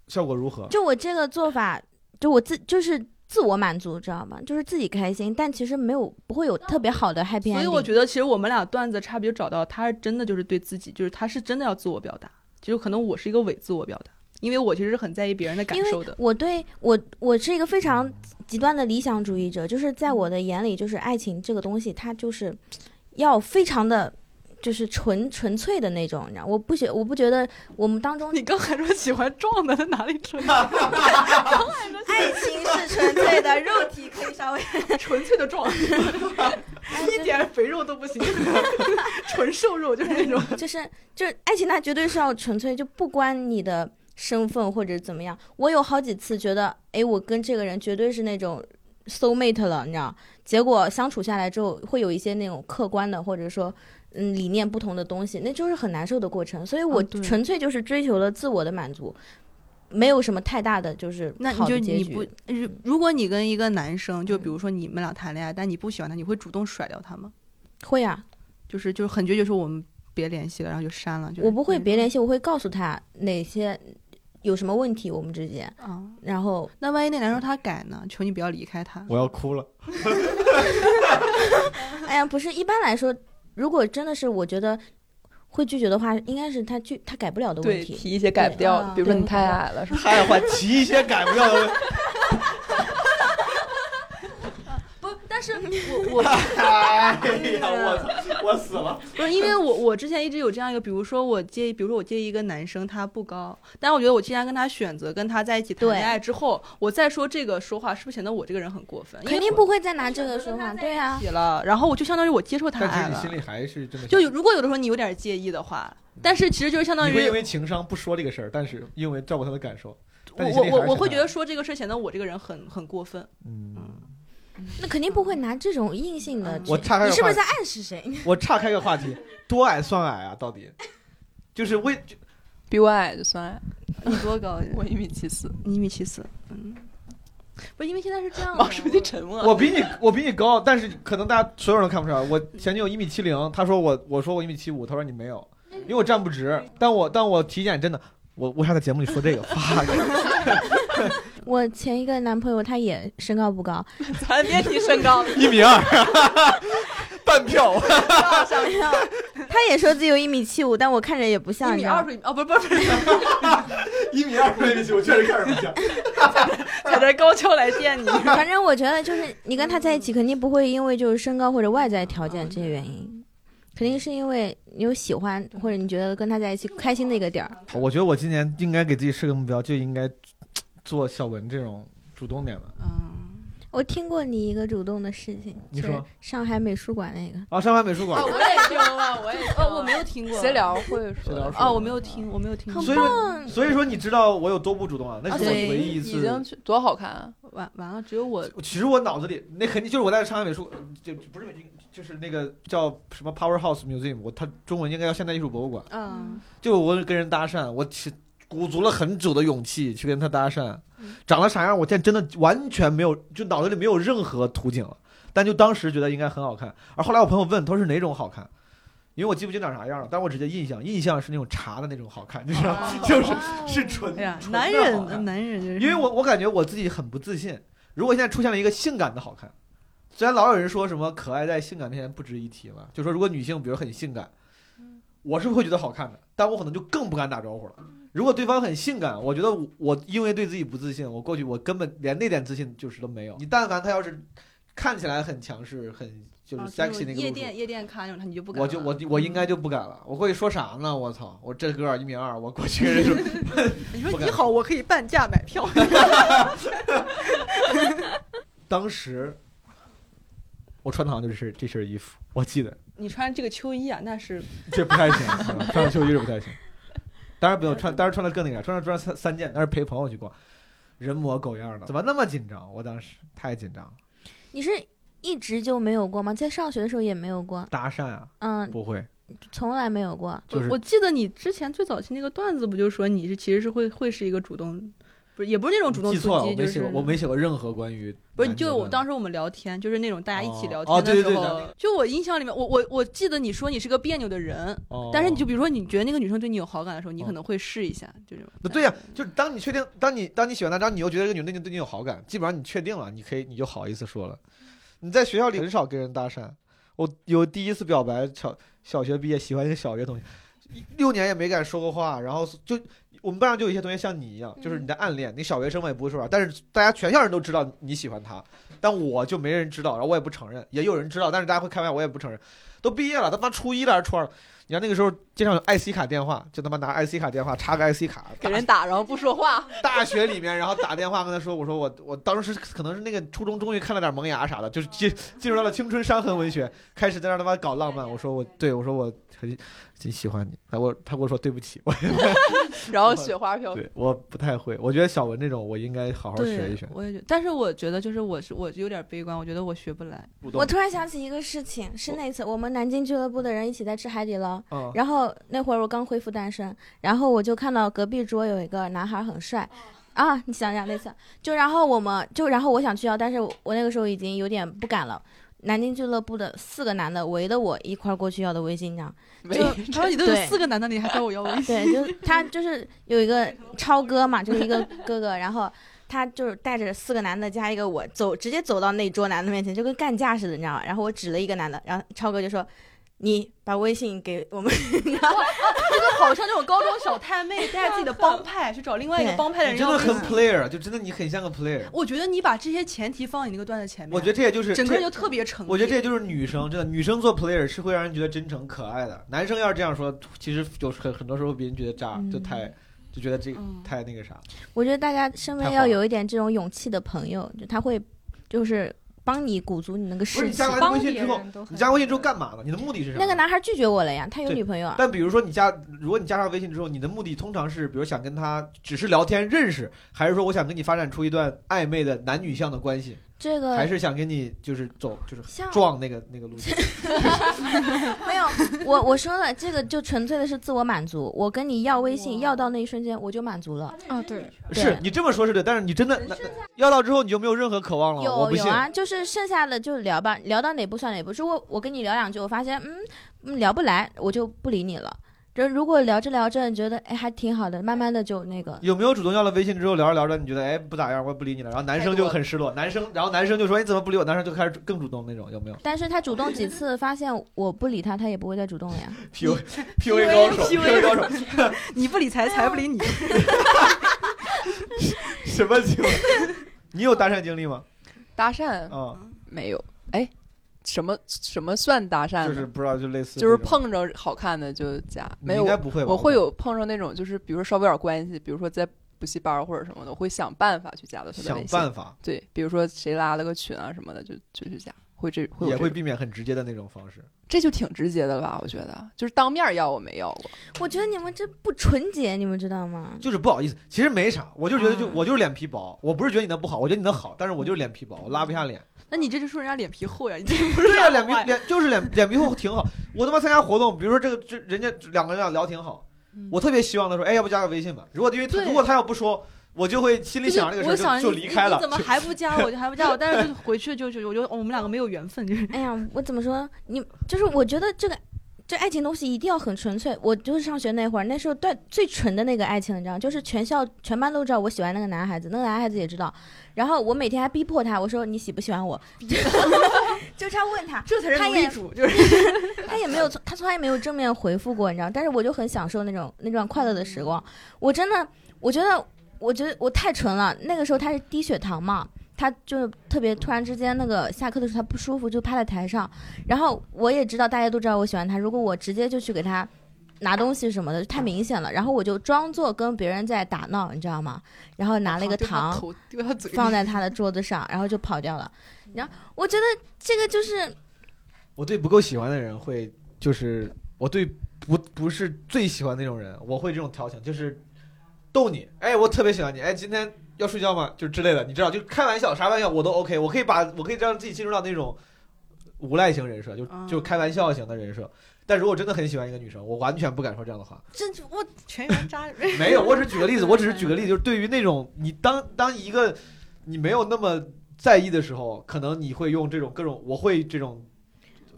Speaker 1: 效果如何？
Speaker 4: 就我这个做法，就我自就是自我满足，知道吗？就是自己开心，但其实没有不会有特别好的 happy ending。
Speaker 2: 嗯所以我觉得其实我们俩段子的差别就找到，他是真的就是对自己，就是他是真的要自我表达，就是可能我是一个伪自我表达，因为我其实是很在意别人的感
Speaker 4: 因为
Speaker 2: 受的。
Speaker 4: 我对我我是一个非常极端的理想主义者，就是在
Speaker 2: 嗯
Speaker 4: 我的眼里，就是爱情这个东西，它就是要非常的。就是纯纯粹的那种，你知道，我不觉我不觉得我们当中
Speaker 2: 你刚才说喜欢壮的，他哪里准？
Speaker 4: 爱情是纯粹的，肉体可以稍微
Speaker 2: 纯粹的壮，
Speaker 4: 哎
Speaker 2: 一点肥肉都不行， 纯瘦肉就是那种。
Speaker 4: 就是就是爱情，它绝对是要纯粹，就不关你的身份或者怎么样。我有好几次觉得，哎，我跟这个人绝对是那种 soul mate 了，你知道？结果相处下来之后，会有一些那种客观的，或者说嗯理念不同的东西，那就是很难受的过程。所以我
Speaker 2: 嗯对
Speaker 4: 纯粹就是追求了自我的满足，没有什么太大的就是
Speaker 2: 那你
Speaker 4: 好
Speaker 2: 就
Speaker 4: 的结
Speaker 2: 你
Speaker 4: 局。
Speaker 2: 不，如如果你跟一个男生，就比如说你们俩谈恋爱，但你不喜欢他，你会主动甩掉他吗？
Speaker 4: 会啊，
Speaker 2: 就是就是很决绝说我们别联系了，然后就删了。就是
Speaker 4: 我不会
Speaker 2: 那
Speaker 4: 别
Speaker 2: 种
Speaker 4: 联系，我会告诉他哪些有什么问题，我们之间，
Speaker 2: 啊。
Speaker 4: 然后
Speaker 2: 那万一那男生他改呢？求你不要离开他。
Speaker 1: 我要哭了。
Speaker 4: 哎呀，不是，一般来说，如果真的是我觉得会拒绝的话，应该是他拒他改不了的 问
Speaker 3: 对，
Speaker 4: 题。
Speaker 3: 提一些改不掉的，比如说
Speaker 4: 对
Speaker 3: 你太矮了，是吧？
Speaker 1: 太坏，提一些改不掉的。
Speaker 2: 不，但
Speaker 4: 嗯
Speaker 2: 是我我
Speaker 6: 哎呀，我操，我死了！
Speaker 2: 不是因为我我之前一直有这样一个，比如说我介意，比如说我介意一个男生他不高，但我觉得我既然跟他选择跟他在一起谈
Speaker 4: 对
Speaker 2: 恋爱之后，我再说这个说话，是不是显得我这个人很过分？因为
Speaker 4: 肯定不会再拿这个说话，对啊
Speaker 2: 我，写了，然后我就相当于我接受他
Speaker 1: 但其
Speaker 2: 爱
Speaker 1: 实你
Speaker 2: 了
Speaker 1: 心。里还是这么想
Speaker 2: 就有如果有的时候你有点介意的话，但是其实就是相当
Speaker 1: 你会因
Speaker 2: 于
Speaker 1: 为情商不说这个事儿，但是因为照顾他的感受，
Speaker 2: 我
Speaker 1: 但你心
Speaker 2: 我
Speaker 1: 里还
Speaker 2: 我
Speaker 1: 是
Speaker 2: 我
Speaker 1: 想
Speaker 2: 会
Speaker 1: 他
Speaker 2: 觉得说这个事儿显得我这个人很很过分。
Speaker 1: 嗯，
Speaker 4: 那肯定不会拿这种硬性的
Speaker 2: 嗯。
Speaker 1: 我岔开
Speaker 4: 你
Speaker 1: 个
Speaker 4: 是不
Speaker 1: 话
Speaker 4: 是
Speaker 1: 题
Speaker 4: 在，暗示谁？
Speaker 1: 我岔开个话题，多矮算矮啊？到底就是为就
Speaker 3: 比我矮就算矮，
Speaker 2: 你多高？
Speaker 3: 我一米七 四。
Speaker 2: 你一米七四。嗯，不是因为现在是这样的。
Speaker 3: 毛书记沉默了。
Speaker 1: 我比你我比你高，但是可能大家所有人都看不出来。我前女友一米七零，她说我我说我一米七五，她说你没有，因为我站不直。但我但我体检真的，我为啥在节目里说这个？fuck
Speaker 4: 我前一个男朋友他也身高不高，
Speaker 3: 咱别提 身高了，
Speaker 1: 一米 二，半票。
Speaker 4: 他也说自己有一米七五，但我看着也不像。
Speaker 2: 一
Speaker 4: 你
Speaker 2: 米
Speaker 4: 知道
Speaker 2: 二
Speaker 4: 吗
Speaker 2: 十哦，不是不是不是，
Speaker 6: 一米二对不起，我确实看着不像。
Speaker 2: 踩着高跷来见你。
Speaker 4: 反正
Speaker 2: 嗯
Speaker 4: 我觉得就是你跟他在一起，肯定不会因为就是身高或者外在条件这些原因。肯定是因为你有喜欢，或者你觉得跟他在一起开心的一个点儿。
Speaker 1: 我觉得我今年应该给自己设个目标，就应该做小文这种主动点的。
Speaker 2: 嗯，
Speaker 4: 我听过你一个主动的事情，
Speaker 1: 你
Speaker 4: 就是
Speaker 1: 说
Speaker 4: 上海美术馆那个，
Speaker 1: 啊，上海美术馆
Speaker 2: 啊，，我也听了，我也哦，我没有听过
Speaker 3: 闲聊会说
Speaker 1: 闲聊
Speaker 2: 哦，我没有听，
Speaker 1: 啊
Speaker 2: 我没有听过，
Speaker 1: 所以说，所以说你知道我有多不主动啊？那是我
Speaker 3: 啊啊对
Speaker 1: 唯一一
Speaker 3: 已
Speaker 1: 次。
Speaker 3: 经去多好看啊！
Speaker 2: 完完了，只有我
Speaker 1: 其实我脑子里那肯定就是我在上海美术，呃就就不是美，就是那个叫什么 Powerhouse Museum，我它中文应该叫现代艺术博物馆。
Speaker 2: 嗯，
Speaker 1: 就我跟人搭讪，我起鼓足了很久的勇气去跟他搭讪，长得啥样，我现在真的完全没有，就脑子里没有任何图景了。但就当时觉得应该很好看，而后来我朋友问，他说是哪种好看，因为我记不清长啥样了，但我只记得印象，印象是那种茶的那种好看，你知道吗？
Speaker 2: 哦
Speaker 1: 就是是纯
Speaker 2: 哎呀，
Speaker 1: 纯的
Speaker 2: 男
Speaker 1: 好看
Speaker 2: 人男人就是，啊
Speaker 1: 因为我我感觉我自己很不自信。如果现在出现了一个性感的好看，虽然老有人说什么可爱在性感面前不值一提嘛，就说如果女性比如很性感，我是会觉得好看的，但我可能就更不敢打招呼了。如果对方很性感，我觉得我我因为对自己不自信，我过去我根本连那点自信就是都没有。你但凡他要是看起来很强势，很就
Speaker 2: 啊
Speaker 1: 是
Speaker 2: 就是
Speaker 1: sexy 那个路
Speaker 2: 夜
Speaker 1: 数。
Speaker 2: 店夜店咖那种，他你就不敢了，
Speaker 1: 我就 我我应该就不敢了，我过去说啥呢？我操，我这个儿一米二，我过去跟人说，
Speaker 2: 你
Speaker 1: 不
Speaker 2: 说
Speaker 1: 敢
Speaker 2: 你好，我可以半价买票，
Speaker 1: 当时我穿的好像就是这身衣服，我记得
Speaker 2: 你穿这个秋衣啊，那是
Speaker 1: 这不 太行，嗯穿上秋衣是不太行。当然不用穿，当然穿的更那啥，穿上穿上三三件，当时陪朋友去逛，人模狗样的，怎么那么紧张？我当时太紧张了，
Speaker 4: 你是一直就没有过吗？在上学的时候也没有过，
Speaker 1: 搭讪啊，
Speaker 4: 嗯，
Speaker 1: 不会，
Speaker 4: 从来没有过。
Speaker 1: 就是
Speaker 2: 我我记得你之前最早期那个段子不就说你是其实是会会是一个主动，不是也不是那种主动
Speaker 1: 记
Speaker 2: 出
Speaker 1: 错了，我
Speaker 2: 击，
Speaker 1: 没
Speaker 2: 就
Speaker 1: 写
Speaker 2: 是
Speaker 1: 过，我没写过任何关于
Speaker 2: 不是就我当
Speaker 1: 时
Speaker 2: 时我们聊天，就是那种大家一起聊
Speaker 1: 哦哦
Speaker 2: 天
Speaker 1: 对
Speaker 2: 的时
Speaker 1: 对对
Speaker 2: 候，
Speaker 1: 咱
Speaker 2: 就我印象里面，我我我记得你说你是个别扭的人，但是你就比如说你觉得那个女生对你有好感的时候，你
Speaker 1: 哦
Speaker 2: 可能会试一下，就这种。
Speaker 1: 那对呀、就是当你确定，当你当你喜欢他，然后你又觉得这个女的对你对你有好感，基本上你确定了，你可以你就好意思说了。你在学校里很少跟人搭讪，我有第一次表白，小小学毕业喜欢一个小学同学，一六年也没敢说过话，然后就我们班上就有一些同学像你一样，就是你的暗恋，你小学生嘛也不会说啥，但是大家全校人都知道你喜欢他，但我就没人知道，然后我也不承认，也有人知道，但是大家会开玩笑，我也不承认。都毕业了，他妈初一了还是初二了？你看那个时候街上有 IC 卡电话，就他妈拿 IC 卡电话插个 IC 卡，
Speaker 3: 给人打，然后不说 话，
Speaker 1: 大学里面，然后打电话跟他说，我说我我当时可能是那个初中终于看了点萌芽啥的，就是进进入到了青春伤痕文学，开始在那儿他妈搞浪漫。我说我对我说我很很喜欢你，他我他跟我说对不起，我
Speaker 3: 然后雪花飘。
Speaker 1: 对我不太会，我觉得小文这种我应该好好学一
Speaker 2: 对
Speaker 1: 学，。
Speaker 2: 我也觉得，但是我觉得就是我是我有点悲观，我觉得我学不来。
Speaker 1: 主动
Speaker 4: 我突然想起一个事情，是那次我们南京俱乐部的人一起在吃海底捞，
Speaker 1: 嗯
Speaker 4: 然后那会儿我刚恢复单身，然后我就看到隔壁桌有一个男孩很帅，啊，你想想那次，就然后我们就然后我想去要，啊但是我我那个时候已经有点不敢了。南京俱乐部的四个男的围着我一块儿过去要的围巾呢，
Speaker 3: 没
Speaker 2: 就他说你都有
Speaker 4: 对
Speaker 2: 四个男的，你还找我要 微 信？
Speaker 4: 对，就是他就是有一个超哥嘛，就是一 个哥哥，然后他就是带着四个男的加一个我走，直接走到那桌男的面前，就跟干架似的，你知道吗？然后我指了一个男的，然后超哥就说：“你把微信给我们。
Speaker 2: 好像那种高中小太妹带着自己的帮派去找另外一个
Speaker 4: 对
Speaker 2: 帮派的
Speaker 1: 你
Speaker 2: 人
Speaker 1: 真
Speaker 2: 要
Speaker 1: 的
Speaker 2: 微
Speaker 1: 很
Speaker 2: 信。
Speaker 1: player，就真的你很像个 player。
Speaker 2: 我觉得你把这些前提放你那个段子前面，
Speaker 1: 我觉得这也就是
Speaker 2: 整个人
Speaker 1: 这
Speaker 2: 就特别成立。
Speaker 1: 我觉得这就是女生，真的女生做 player 是会让人觉得真诚可爱的。男生要是这样说，其实有很很多时候别人觉得渣，就
Speaker 4: 嗯
Speaker 1: 太就觉得这个
Speaker 2: 嗯
Speaker 1: 太那个啥。”
Speaker 4: 我觉得大家身
Speaker 1: 太
Speaker 4: 边
Speaker 1: 好
Speaker 4: 要
Speaker 1: 了
Speaker 4: 有一点这种勇气的朋友，就他会就是帮你鼓足你那个
Speaker 1: 不是
Speaker 4: 士
Speaker 1: 你
Speaker 4: 气
Speaker 1: 加。完
Speaker 5: 帮
Speaker 1: 微信
Speaker 5: 别
Speaker 1: 之后，
Speaker 5: 人都很
Speaker 1: 你加微信之后干嘛呢？你的目的是什么？
Speaker 4: 那个男孩拒绝我了呀，他有
Speaker 1: 对
Speaker 4: 女朋友啊。
Speaker 1: 但比如说你加，如果你加上微信之后，你的目的通常是，比如想跟他只是聊天认识，还是说我想跟你发展出一段暧昧的男女向的关系，
Speaker 4: 这
Speaker 1: 还
Speaker 4: 个
Speaker 1: 是想跟你就是走就是
Speaker 4: 像
Speaker 1: 撞那个那个路线？
Speaker 4: 没有，我我说了，这个就纯粹的是自我满足。我跟你要微信，要到那一瞬间我就满足了。
Speaker 5: 啊，对，
Speaker 4: 对
Speaker 1: 是你这么说，是对，但是你真的那那要到之后，你就没有任何渴望了。哦我
Speaker 4: 有
Speaker 1: 不信
Speaker 4: 有，啊，就是剩下的就聊吧，聊到哪步算哪步。如果我跟你聊两句，我发现嗯嗯聊不来，我就不理你了。这如果聊着聊着你觉得哎还挺好的，慢慢的就那个，
Speaker 1: 有没有主动要了微信之后聊着聊着，你觉得哎不咋样，我也不理你了，然后男生就很失落，男生然后男生就说你怎么不理我？男生就开始更主动那种，有没有
Speaker 4: 但是他主动几次，发现我不理他，他也不会再主动了呀。
Speaker 1: ？P U P U A 高手 P U A 高手，
Speaker 2: 你不理财，财不理你。
Speaker 1: 什么情况？你有搭讪经历吗？
Speaker 3: 搭讪
Speaker 1: 啊、
Speaker 3: 没有？哎，什么什么算搭讪
Speaker 1: 哦就
Speaker 3: 呢？
Speaker 1: 是不知道就类似
Speaker 3: 就是
Speaker 1: 这种，
Speaker 3: 碰着好看的就加，
Speaker 1: 你
Speaker 3: 没有
Speaker 1: 应该不会吧？
Speaker 3: 我会有碰上那种，就是比如说稍微有点关系，比如说在补习班儿或者什么的，我会想办法去加到他的
Speaker 1: 想
Speaker 3: 微信。
Speaker 1: 办法，
Speaker 3: 对，比如说谁拉了个群啊什么的，就就去加，会这会有
Speaker 1: 也
Speaker 3: 这
Speaker 1: 会
Speaker 3: 种
Speaker 1: 避免很直接的那种方式。
Speaker 3: 这就挺直接的了吧？我觉得就是当面要我没要过，
Speaker 4: 我觉得你们这不纯洁，你们知道吗？
Speaker 1: 就是不好意思，其实没啥，我就觉得就、
Speaker 4: 嗯
Speaker 1: 我就是脸皮薄，我不是觉得你的不好，我觉得你的好，但是我就是脸皮薄，我拉不下脸。
Speaker 2: 那你这就说人家脸皮厚呀，你这 不是
Speaker 1: 对呀、
Speaker 2: 啥
Speaker 1: 脸皮
Speaker 2: 话呀
Speaker 1: 脸就是脸脸皮厚挺好。我他妈参加活动，比如说这个这人家两个人俩聊挺好，
Speaker 2: 嗯
Speaker 1: 我特别希望他说，哎，要不加个微信吧？如果因为他
Speaker 2: 对
Speaker 1: 如果他要不说，我就会心里
Speaker 2: 就是
Speaker 1: 想这个事
Speaker 2: 我
Speaker 1: 儿
Speaker 2: 想
Speaker 1: 就就
Speaker 2: 你
Speaker 1: 离开了
Speaker 2: 你。怎么
Speaker 1: 就
Speaker 2: 还不加我？就还不加我，但是就回去就就我觉得我们两个没有缘分，就是
Speaker 4: 哎呀，我怎么说？你就是我觉得这个这爱情东西一定要很纯粹。我就是上学那会儿，那时候对最纯的那个爱情，你知道，就是全校全班都知道我喜欢那个男孩子，那个男孩子也知道。然后我每天还逼迫他，我说你喜不喜 欢我？ 就是他问他，
Speaker 2: 这才
Speaker 4: 他
Speaker 2: 是
Speaker 4: 也
Speaker 2: 女主， 就是
Speaker 4: 他也没有从他从来没有正面回复过，你知道。但是我就很享受那种那段快乐的时光。我真的，我觉得，我觉得我太纯了。那个时候他是低血糖嘛，他就特别突然之间那个下课的时候他不舒服，就趴在台上。然后我也知道大家都知道我喜欢他，如果我直接就去给他。拿东西什么的太明显了，然后我就装作跟别人在打闹，你知道吗？然后拿了一个
Speaker 3: 丢他
Speaker 4: 糖，
Speaker 3: 头丢他嘴里，
Speaker 4: 放在他的桌子上，然后就跑掉了。然后我觉得这个就是
Speaker 1: 我对不够喜欢的人会，就是我对不不是最喜欢那种人，我会这种调情，就是逗你，哎，我特别喜欢你，哎，今天要睡觉吗？就之类的，你知道，就开玩笑，啥玩笑我都 OK，我可以把我可以让自己进入到那种无赖型人设，就
Speaker 2: 啊
Speaker 1: 就开玩笑型的人设。但如果真的很喜欢一个女生，我完全不敢说这样的话。
Speaker 2: 这我全员渣人。
Speaker 1: 没有，我只是举个例子，我只是举个例子，就是对于那种你当当一个你没有那么在意的时候，可能你会用这种各种，我会这种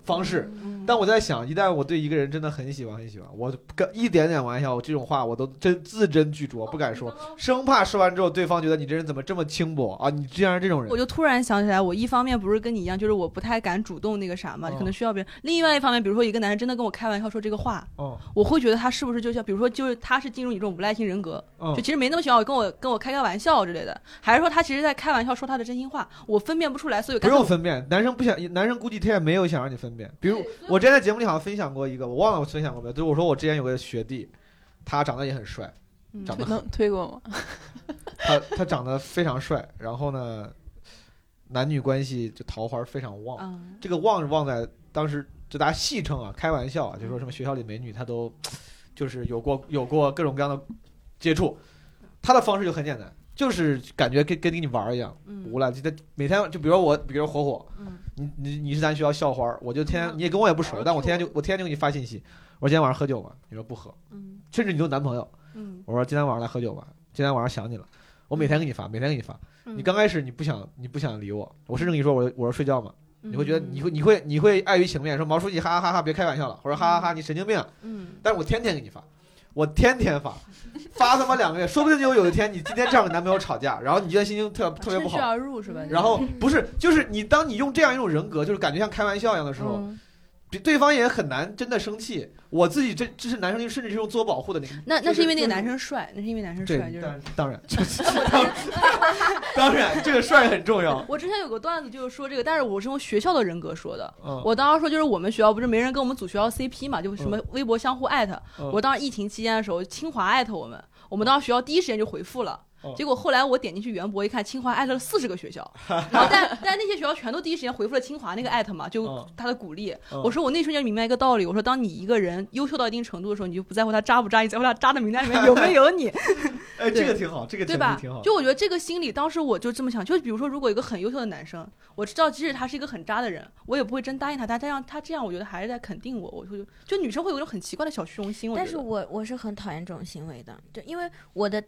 Speaker 1: 方式。
Speaker 2: 嗯
Speaker 1: 但我在想，一旦我对一个人真的很喜欢很喜欢，我不敢一点点玩笑，我这种话我都真字斟句酌，不敢
Speaker 2: 哦
Speaker 1: 说，生怕说完之后对方觉得你这人怎么这么轻薄啊？你竟然是这种人
Speaker 2: 我，就突然想起来，我一方面不是跟你一样，就是我不太敢主动那个啥嘛，
Speaker 1: 嗯
Speaker 2: 可能需要别人；另外一方面，比如说一个男人真的跟我开玩笑说这个话，
Speaker 1: 嗯
Speaker 2: 我会觉得他是不是就像，比如说就是他是进入你这种无赖型人格，
Speaker 1: 嗯
Speaker 2: 就，其实没那么喜欢我，跟我跟我开开玩笑之类的，还是说他其实在开玩笑说他的真心话，我分辨不出来，所以我
Speaker 1: 不
Speaker 2: 干脆
Speaker 1: 用分辨，男生不想，男生估计他也没有想让你分辨。比如我之前在节目里好像分享过一个，我忘了我分享过没有，就是我说我之前有个学弟，他长得也很帅，
Speaker 2: 嗯
Speaker 1: 长得
Speaker 3: 推
Speaker 1: 很
Speaker 3: 能推过吗？
Speaker 1: 他他长得非常帅，然后呢，男女关系就桃花非常旺。
Speaker 2: 嗯，
Speaker 1: 这个旺是旺在当时就大家戏称啊，开玩
Speaker 2: 嗯
Speaker 1: 笑啊，就说什么学校里美女她都就是有过有过各种各样的接触，他的方式就很简单，就是感觉跟跟跟你玩儿一样，
Speaker 2: 嗯
Speaker 1: 无赖。就他每天就比如我，比如火火，
Speaker 2: 嗯
Speaker 1: 你你你是咱学校校花儿，我就天天
Speaker 2: 嗯
Speaker 1: 你也跟我也不熟
Speaker 2: 我，
Speaker 1: 但我天天就我天天就给你发信息，我说今天晚上喝酒吗？你说不喝，
Speaker 2: 嗯
Speaker 1: 甚至你都有男朋友，
Speaker 2: 嗯，
Speaker 1: 我说今天晚上来喝酒吧，今天晚上想你了。我每天给你发，每天给你发。
Speaker 2: 嗯
Speaker 1: 你刚开始你不想，你不想理我，我甚至跟你说我我说睡觉嘛，你会觉得你
Speaker 2: 嗯
Speaker 1: 会你会你会碍于情面，说毛书记哈哈哈哈别开玩笑了，或者哈哈哈你神经病啊。
Speaker 2: 嗯
Speaker 1: 但是我天天给你发，我天天发， 发他妈两个月，说不定就有一天你今天这样跟男朋友吵架，然后你今天心情特特别不
Speaker 2: 趁虚
Speaker 1: 好，
Speaker 2: 而入是吧？
Speaker 1: 然后不是就是你当你用这样一种人格，就是感觉像开玩笑一样的时候，
Speaker 4: 嗯，
Speaker 1: 比对方也很难真的生气。我自己这这是男生，甚至是用自我保护的那个。
Speaker 2: 那那
Speaker 1: 就是
Speaker 2: 因为那个
Speaker 1: 就是
Speaker 2: 男生帅，那是因为男生
Speaker 1: 对
Speaker 2: 帅，就，是
Speaker 1: 当当然， 就是当当然这个帅很重要。
Speaker 2: 我之前有个段子就是说这个，但是我是用学校的人格说的。
Speaker 1: 嗯，
Speaker 2: 我当时说就是我们学校不是没人跟我们组学校 CP 嘛，就什么微博相互艾特。
Speaker 1: 嗯
Speaker 2: 我当时疫情期间的时候，清华艾特我们，我们当时学校第一时间就回复了
Speaker 1: 嗯。
Speaker 2: 结果后来我点进去袁博一看，清华艾特了四十个 学校，然后但但那些学校全都第一时间回复了清华那个艾特嘛，就
Speaker 1: 嗯
Speaker 2: 他的鼓励。
Speaker 1: 嗯
Speaker 2: 我说我那瞬间明白一个道理，我说当你一个人优秀到一定程度的时候，你就不在乎他渣不渣，你在乎他渣的名单里面有没有你。
Speaker 1: 哎，
Speaker 2: 对
Speaker 1: 这个挺好，这个
Speaker 2: 对
Speaker 1: 前
Speaker 2: 吧
Speaker 1: 提挺好？。
Speaker 2: 就我觉得这个心理，当时我就这么想，就比如说，如果一个很优秀的男生，我知道即使他是一个很渣的人，我也不会真答应他，但这样他这样，我觉得还是在肯定我，我就就女生会有一种很奇怪的小虚荣心，我
Speaker 4: 但
Speaker 2: 觉
Speaker 4: 是
Speaker 2: 得
Speaker 4: 我我是很讨厌这种行为的，对，因为我的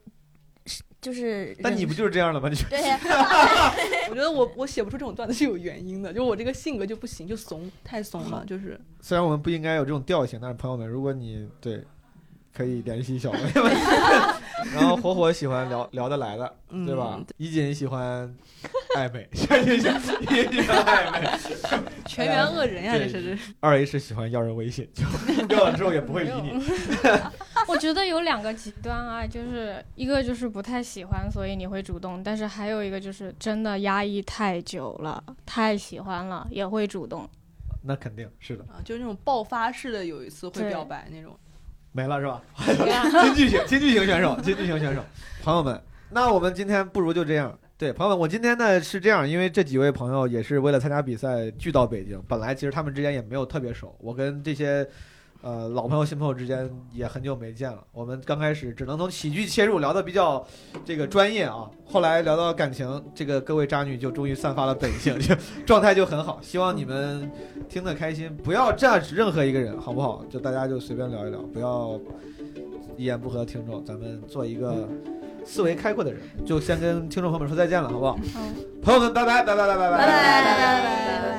Speaker 4: 是就是
Speaker 1: 但
Speaker 4: 人
Speaker 1: 你不就是这样的吗？你就
Speaker 4: 对呀，
Speaker 2: 我觉得我我写不出这种段子是有原因的，就我这个性格就不行，就怂，太怂了，就是
Speaker 1: 虽然我们不应该有这种调性，但是朋友们，如果你对，可以联系小 薇。然后火火喜欢聊聊得来的，
Speaker 2: 嗯，
Speaker 1: 对吧？一锦喜欢暧昧，一锦喜欢暧昧。
Speaker 2: 全员恶人呀、
Speaker 1: 哎呀
Speaker 2: 这是这是，
Speaker 1: 二 A 是喜欢要人微信，就 要了之后也不会理你。
Speaker 5: 我觉得有两个极端啊，就是一个就是不太喜欢，所以你会主动；但是还有一个就是真的压抑太久了，太喜欢了也会主动。
Speaker 1: 那肯定是的，
Speaker 2: 啊，就是那种爆发式的，有一次会
Speaker 5: 对
Speaker 2: 表白那种。
Speaker 1: 没了是吧？
Speaker 2: 对啊
Speaker 1: 金句型，金句型选手，金句型选手，朋友们，那我们今天不如就这样。对，朋友们，我今天呢是这样，因为这几位朋友也是为了参加比赛聚到北京，本来其实他们之间也没有特别熟，我跟这些呃老朋友、新朋友之间也很久没见了。我们刚开始只能从喜剧切入，聊的比较这个专业啊，后来聊到感情，这个各位渣女就终于散发了本性，就状态就很好。希望你们听得开心，不要 judge 任何一个人，好不好？就大家就随便聊一聊，不要一言不合的听众，咱们做一个思维开阔的人，就先跟听众朋友们说再见了，好不好？
Speaker 5: 好
Speaker 1: 朋友们，拜拜，拜拜，拜拜，拜
Speaker 2: 拜拜
Speaker 3: 拜拜
Speaker 2: 拜拜拜拜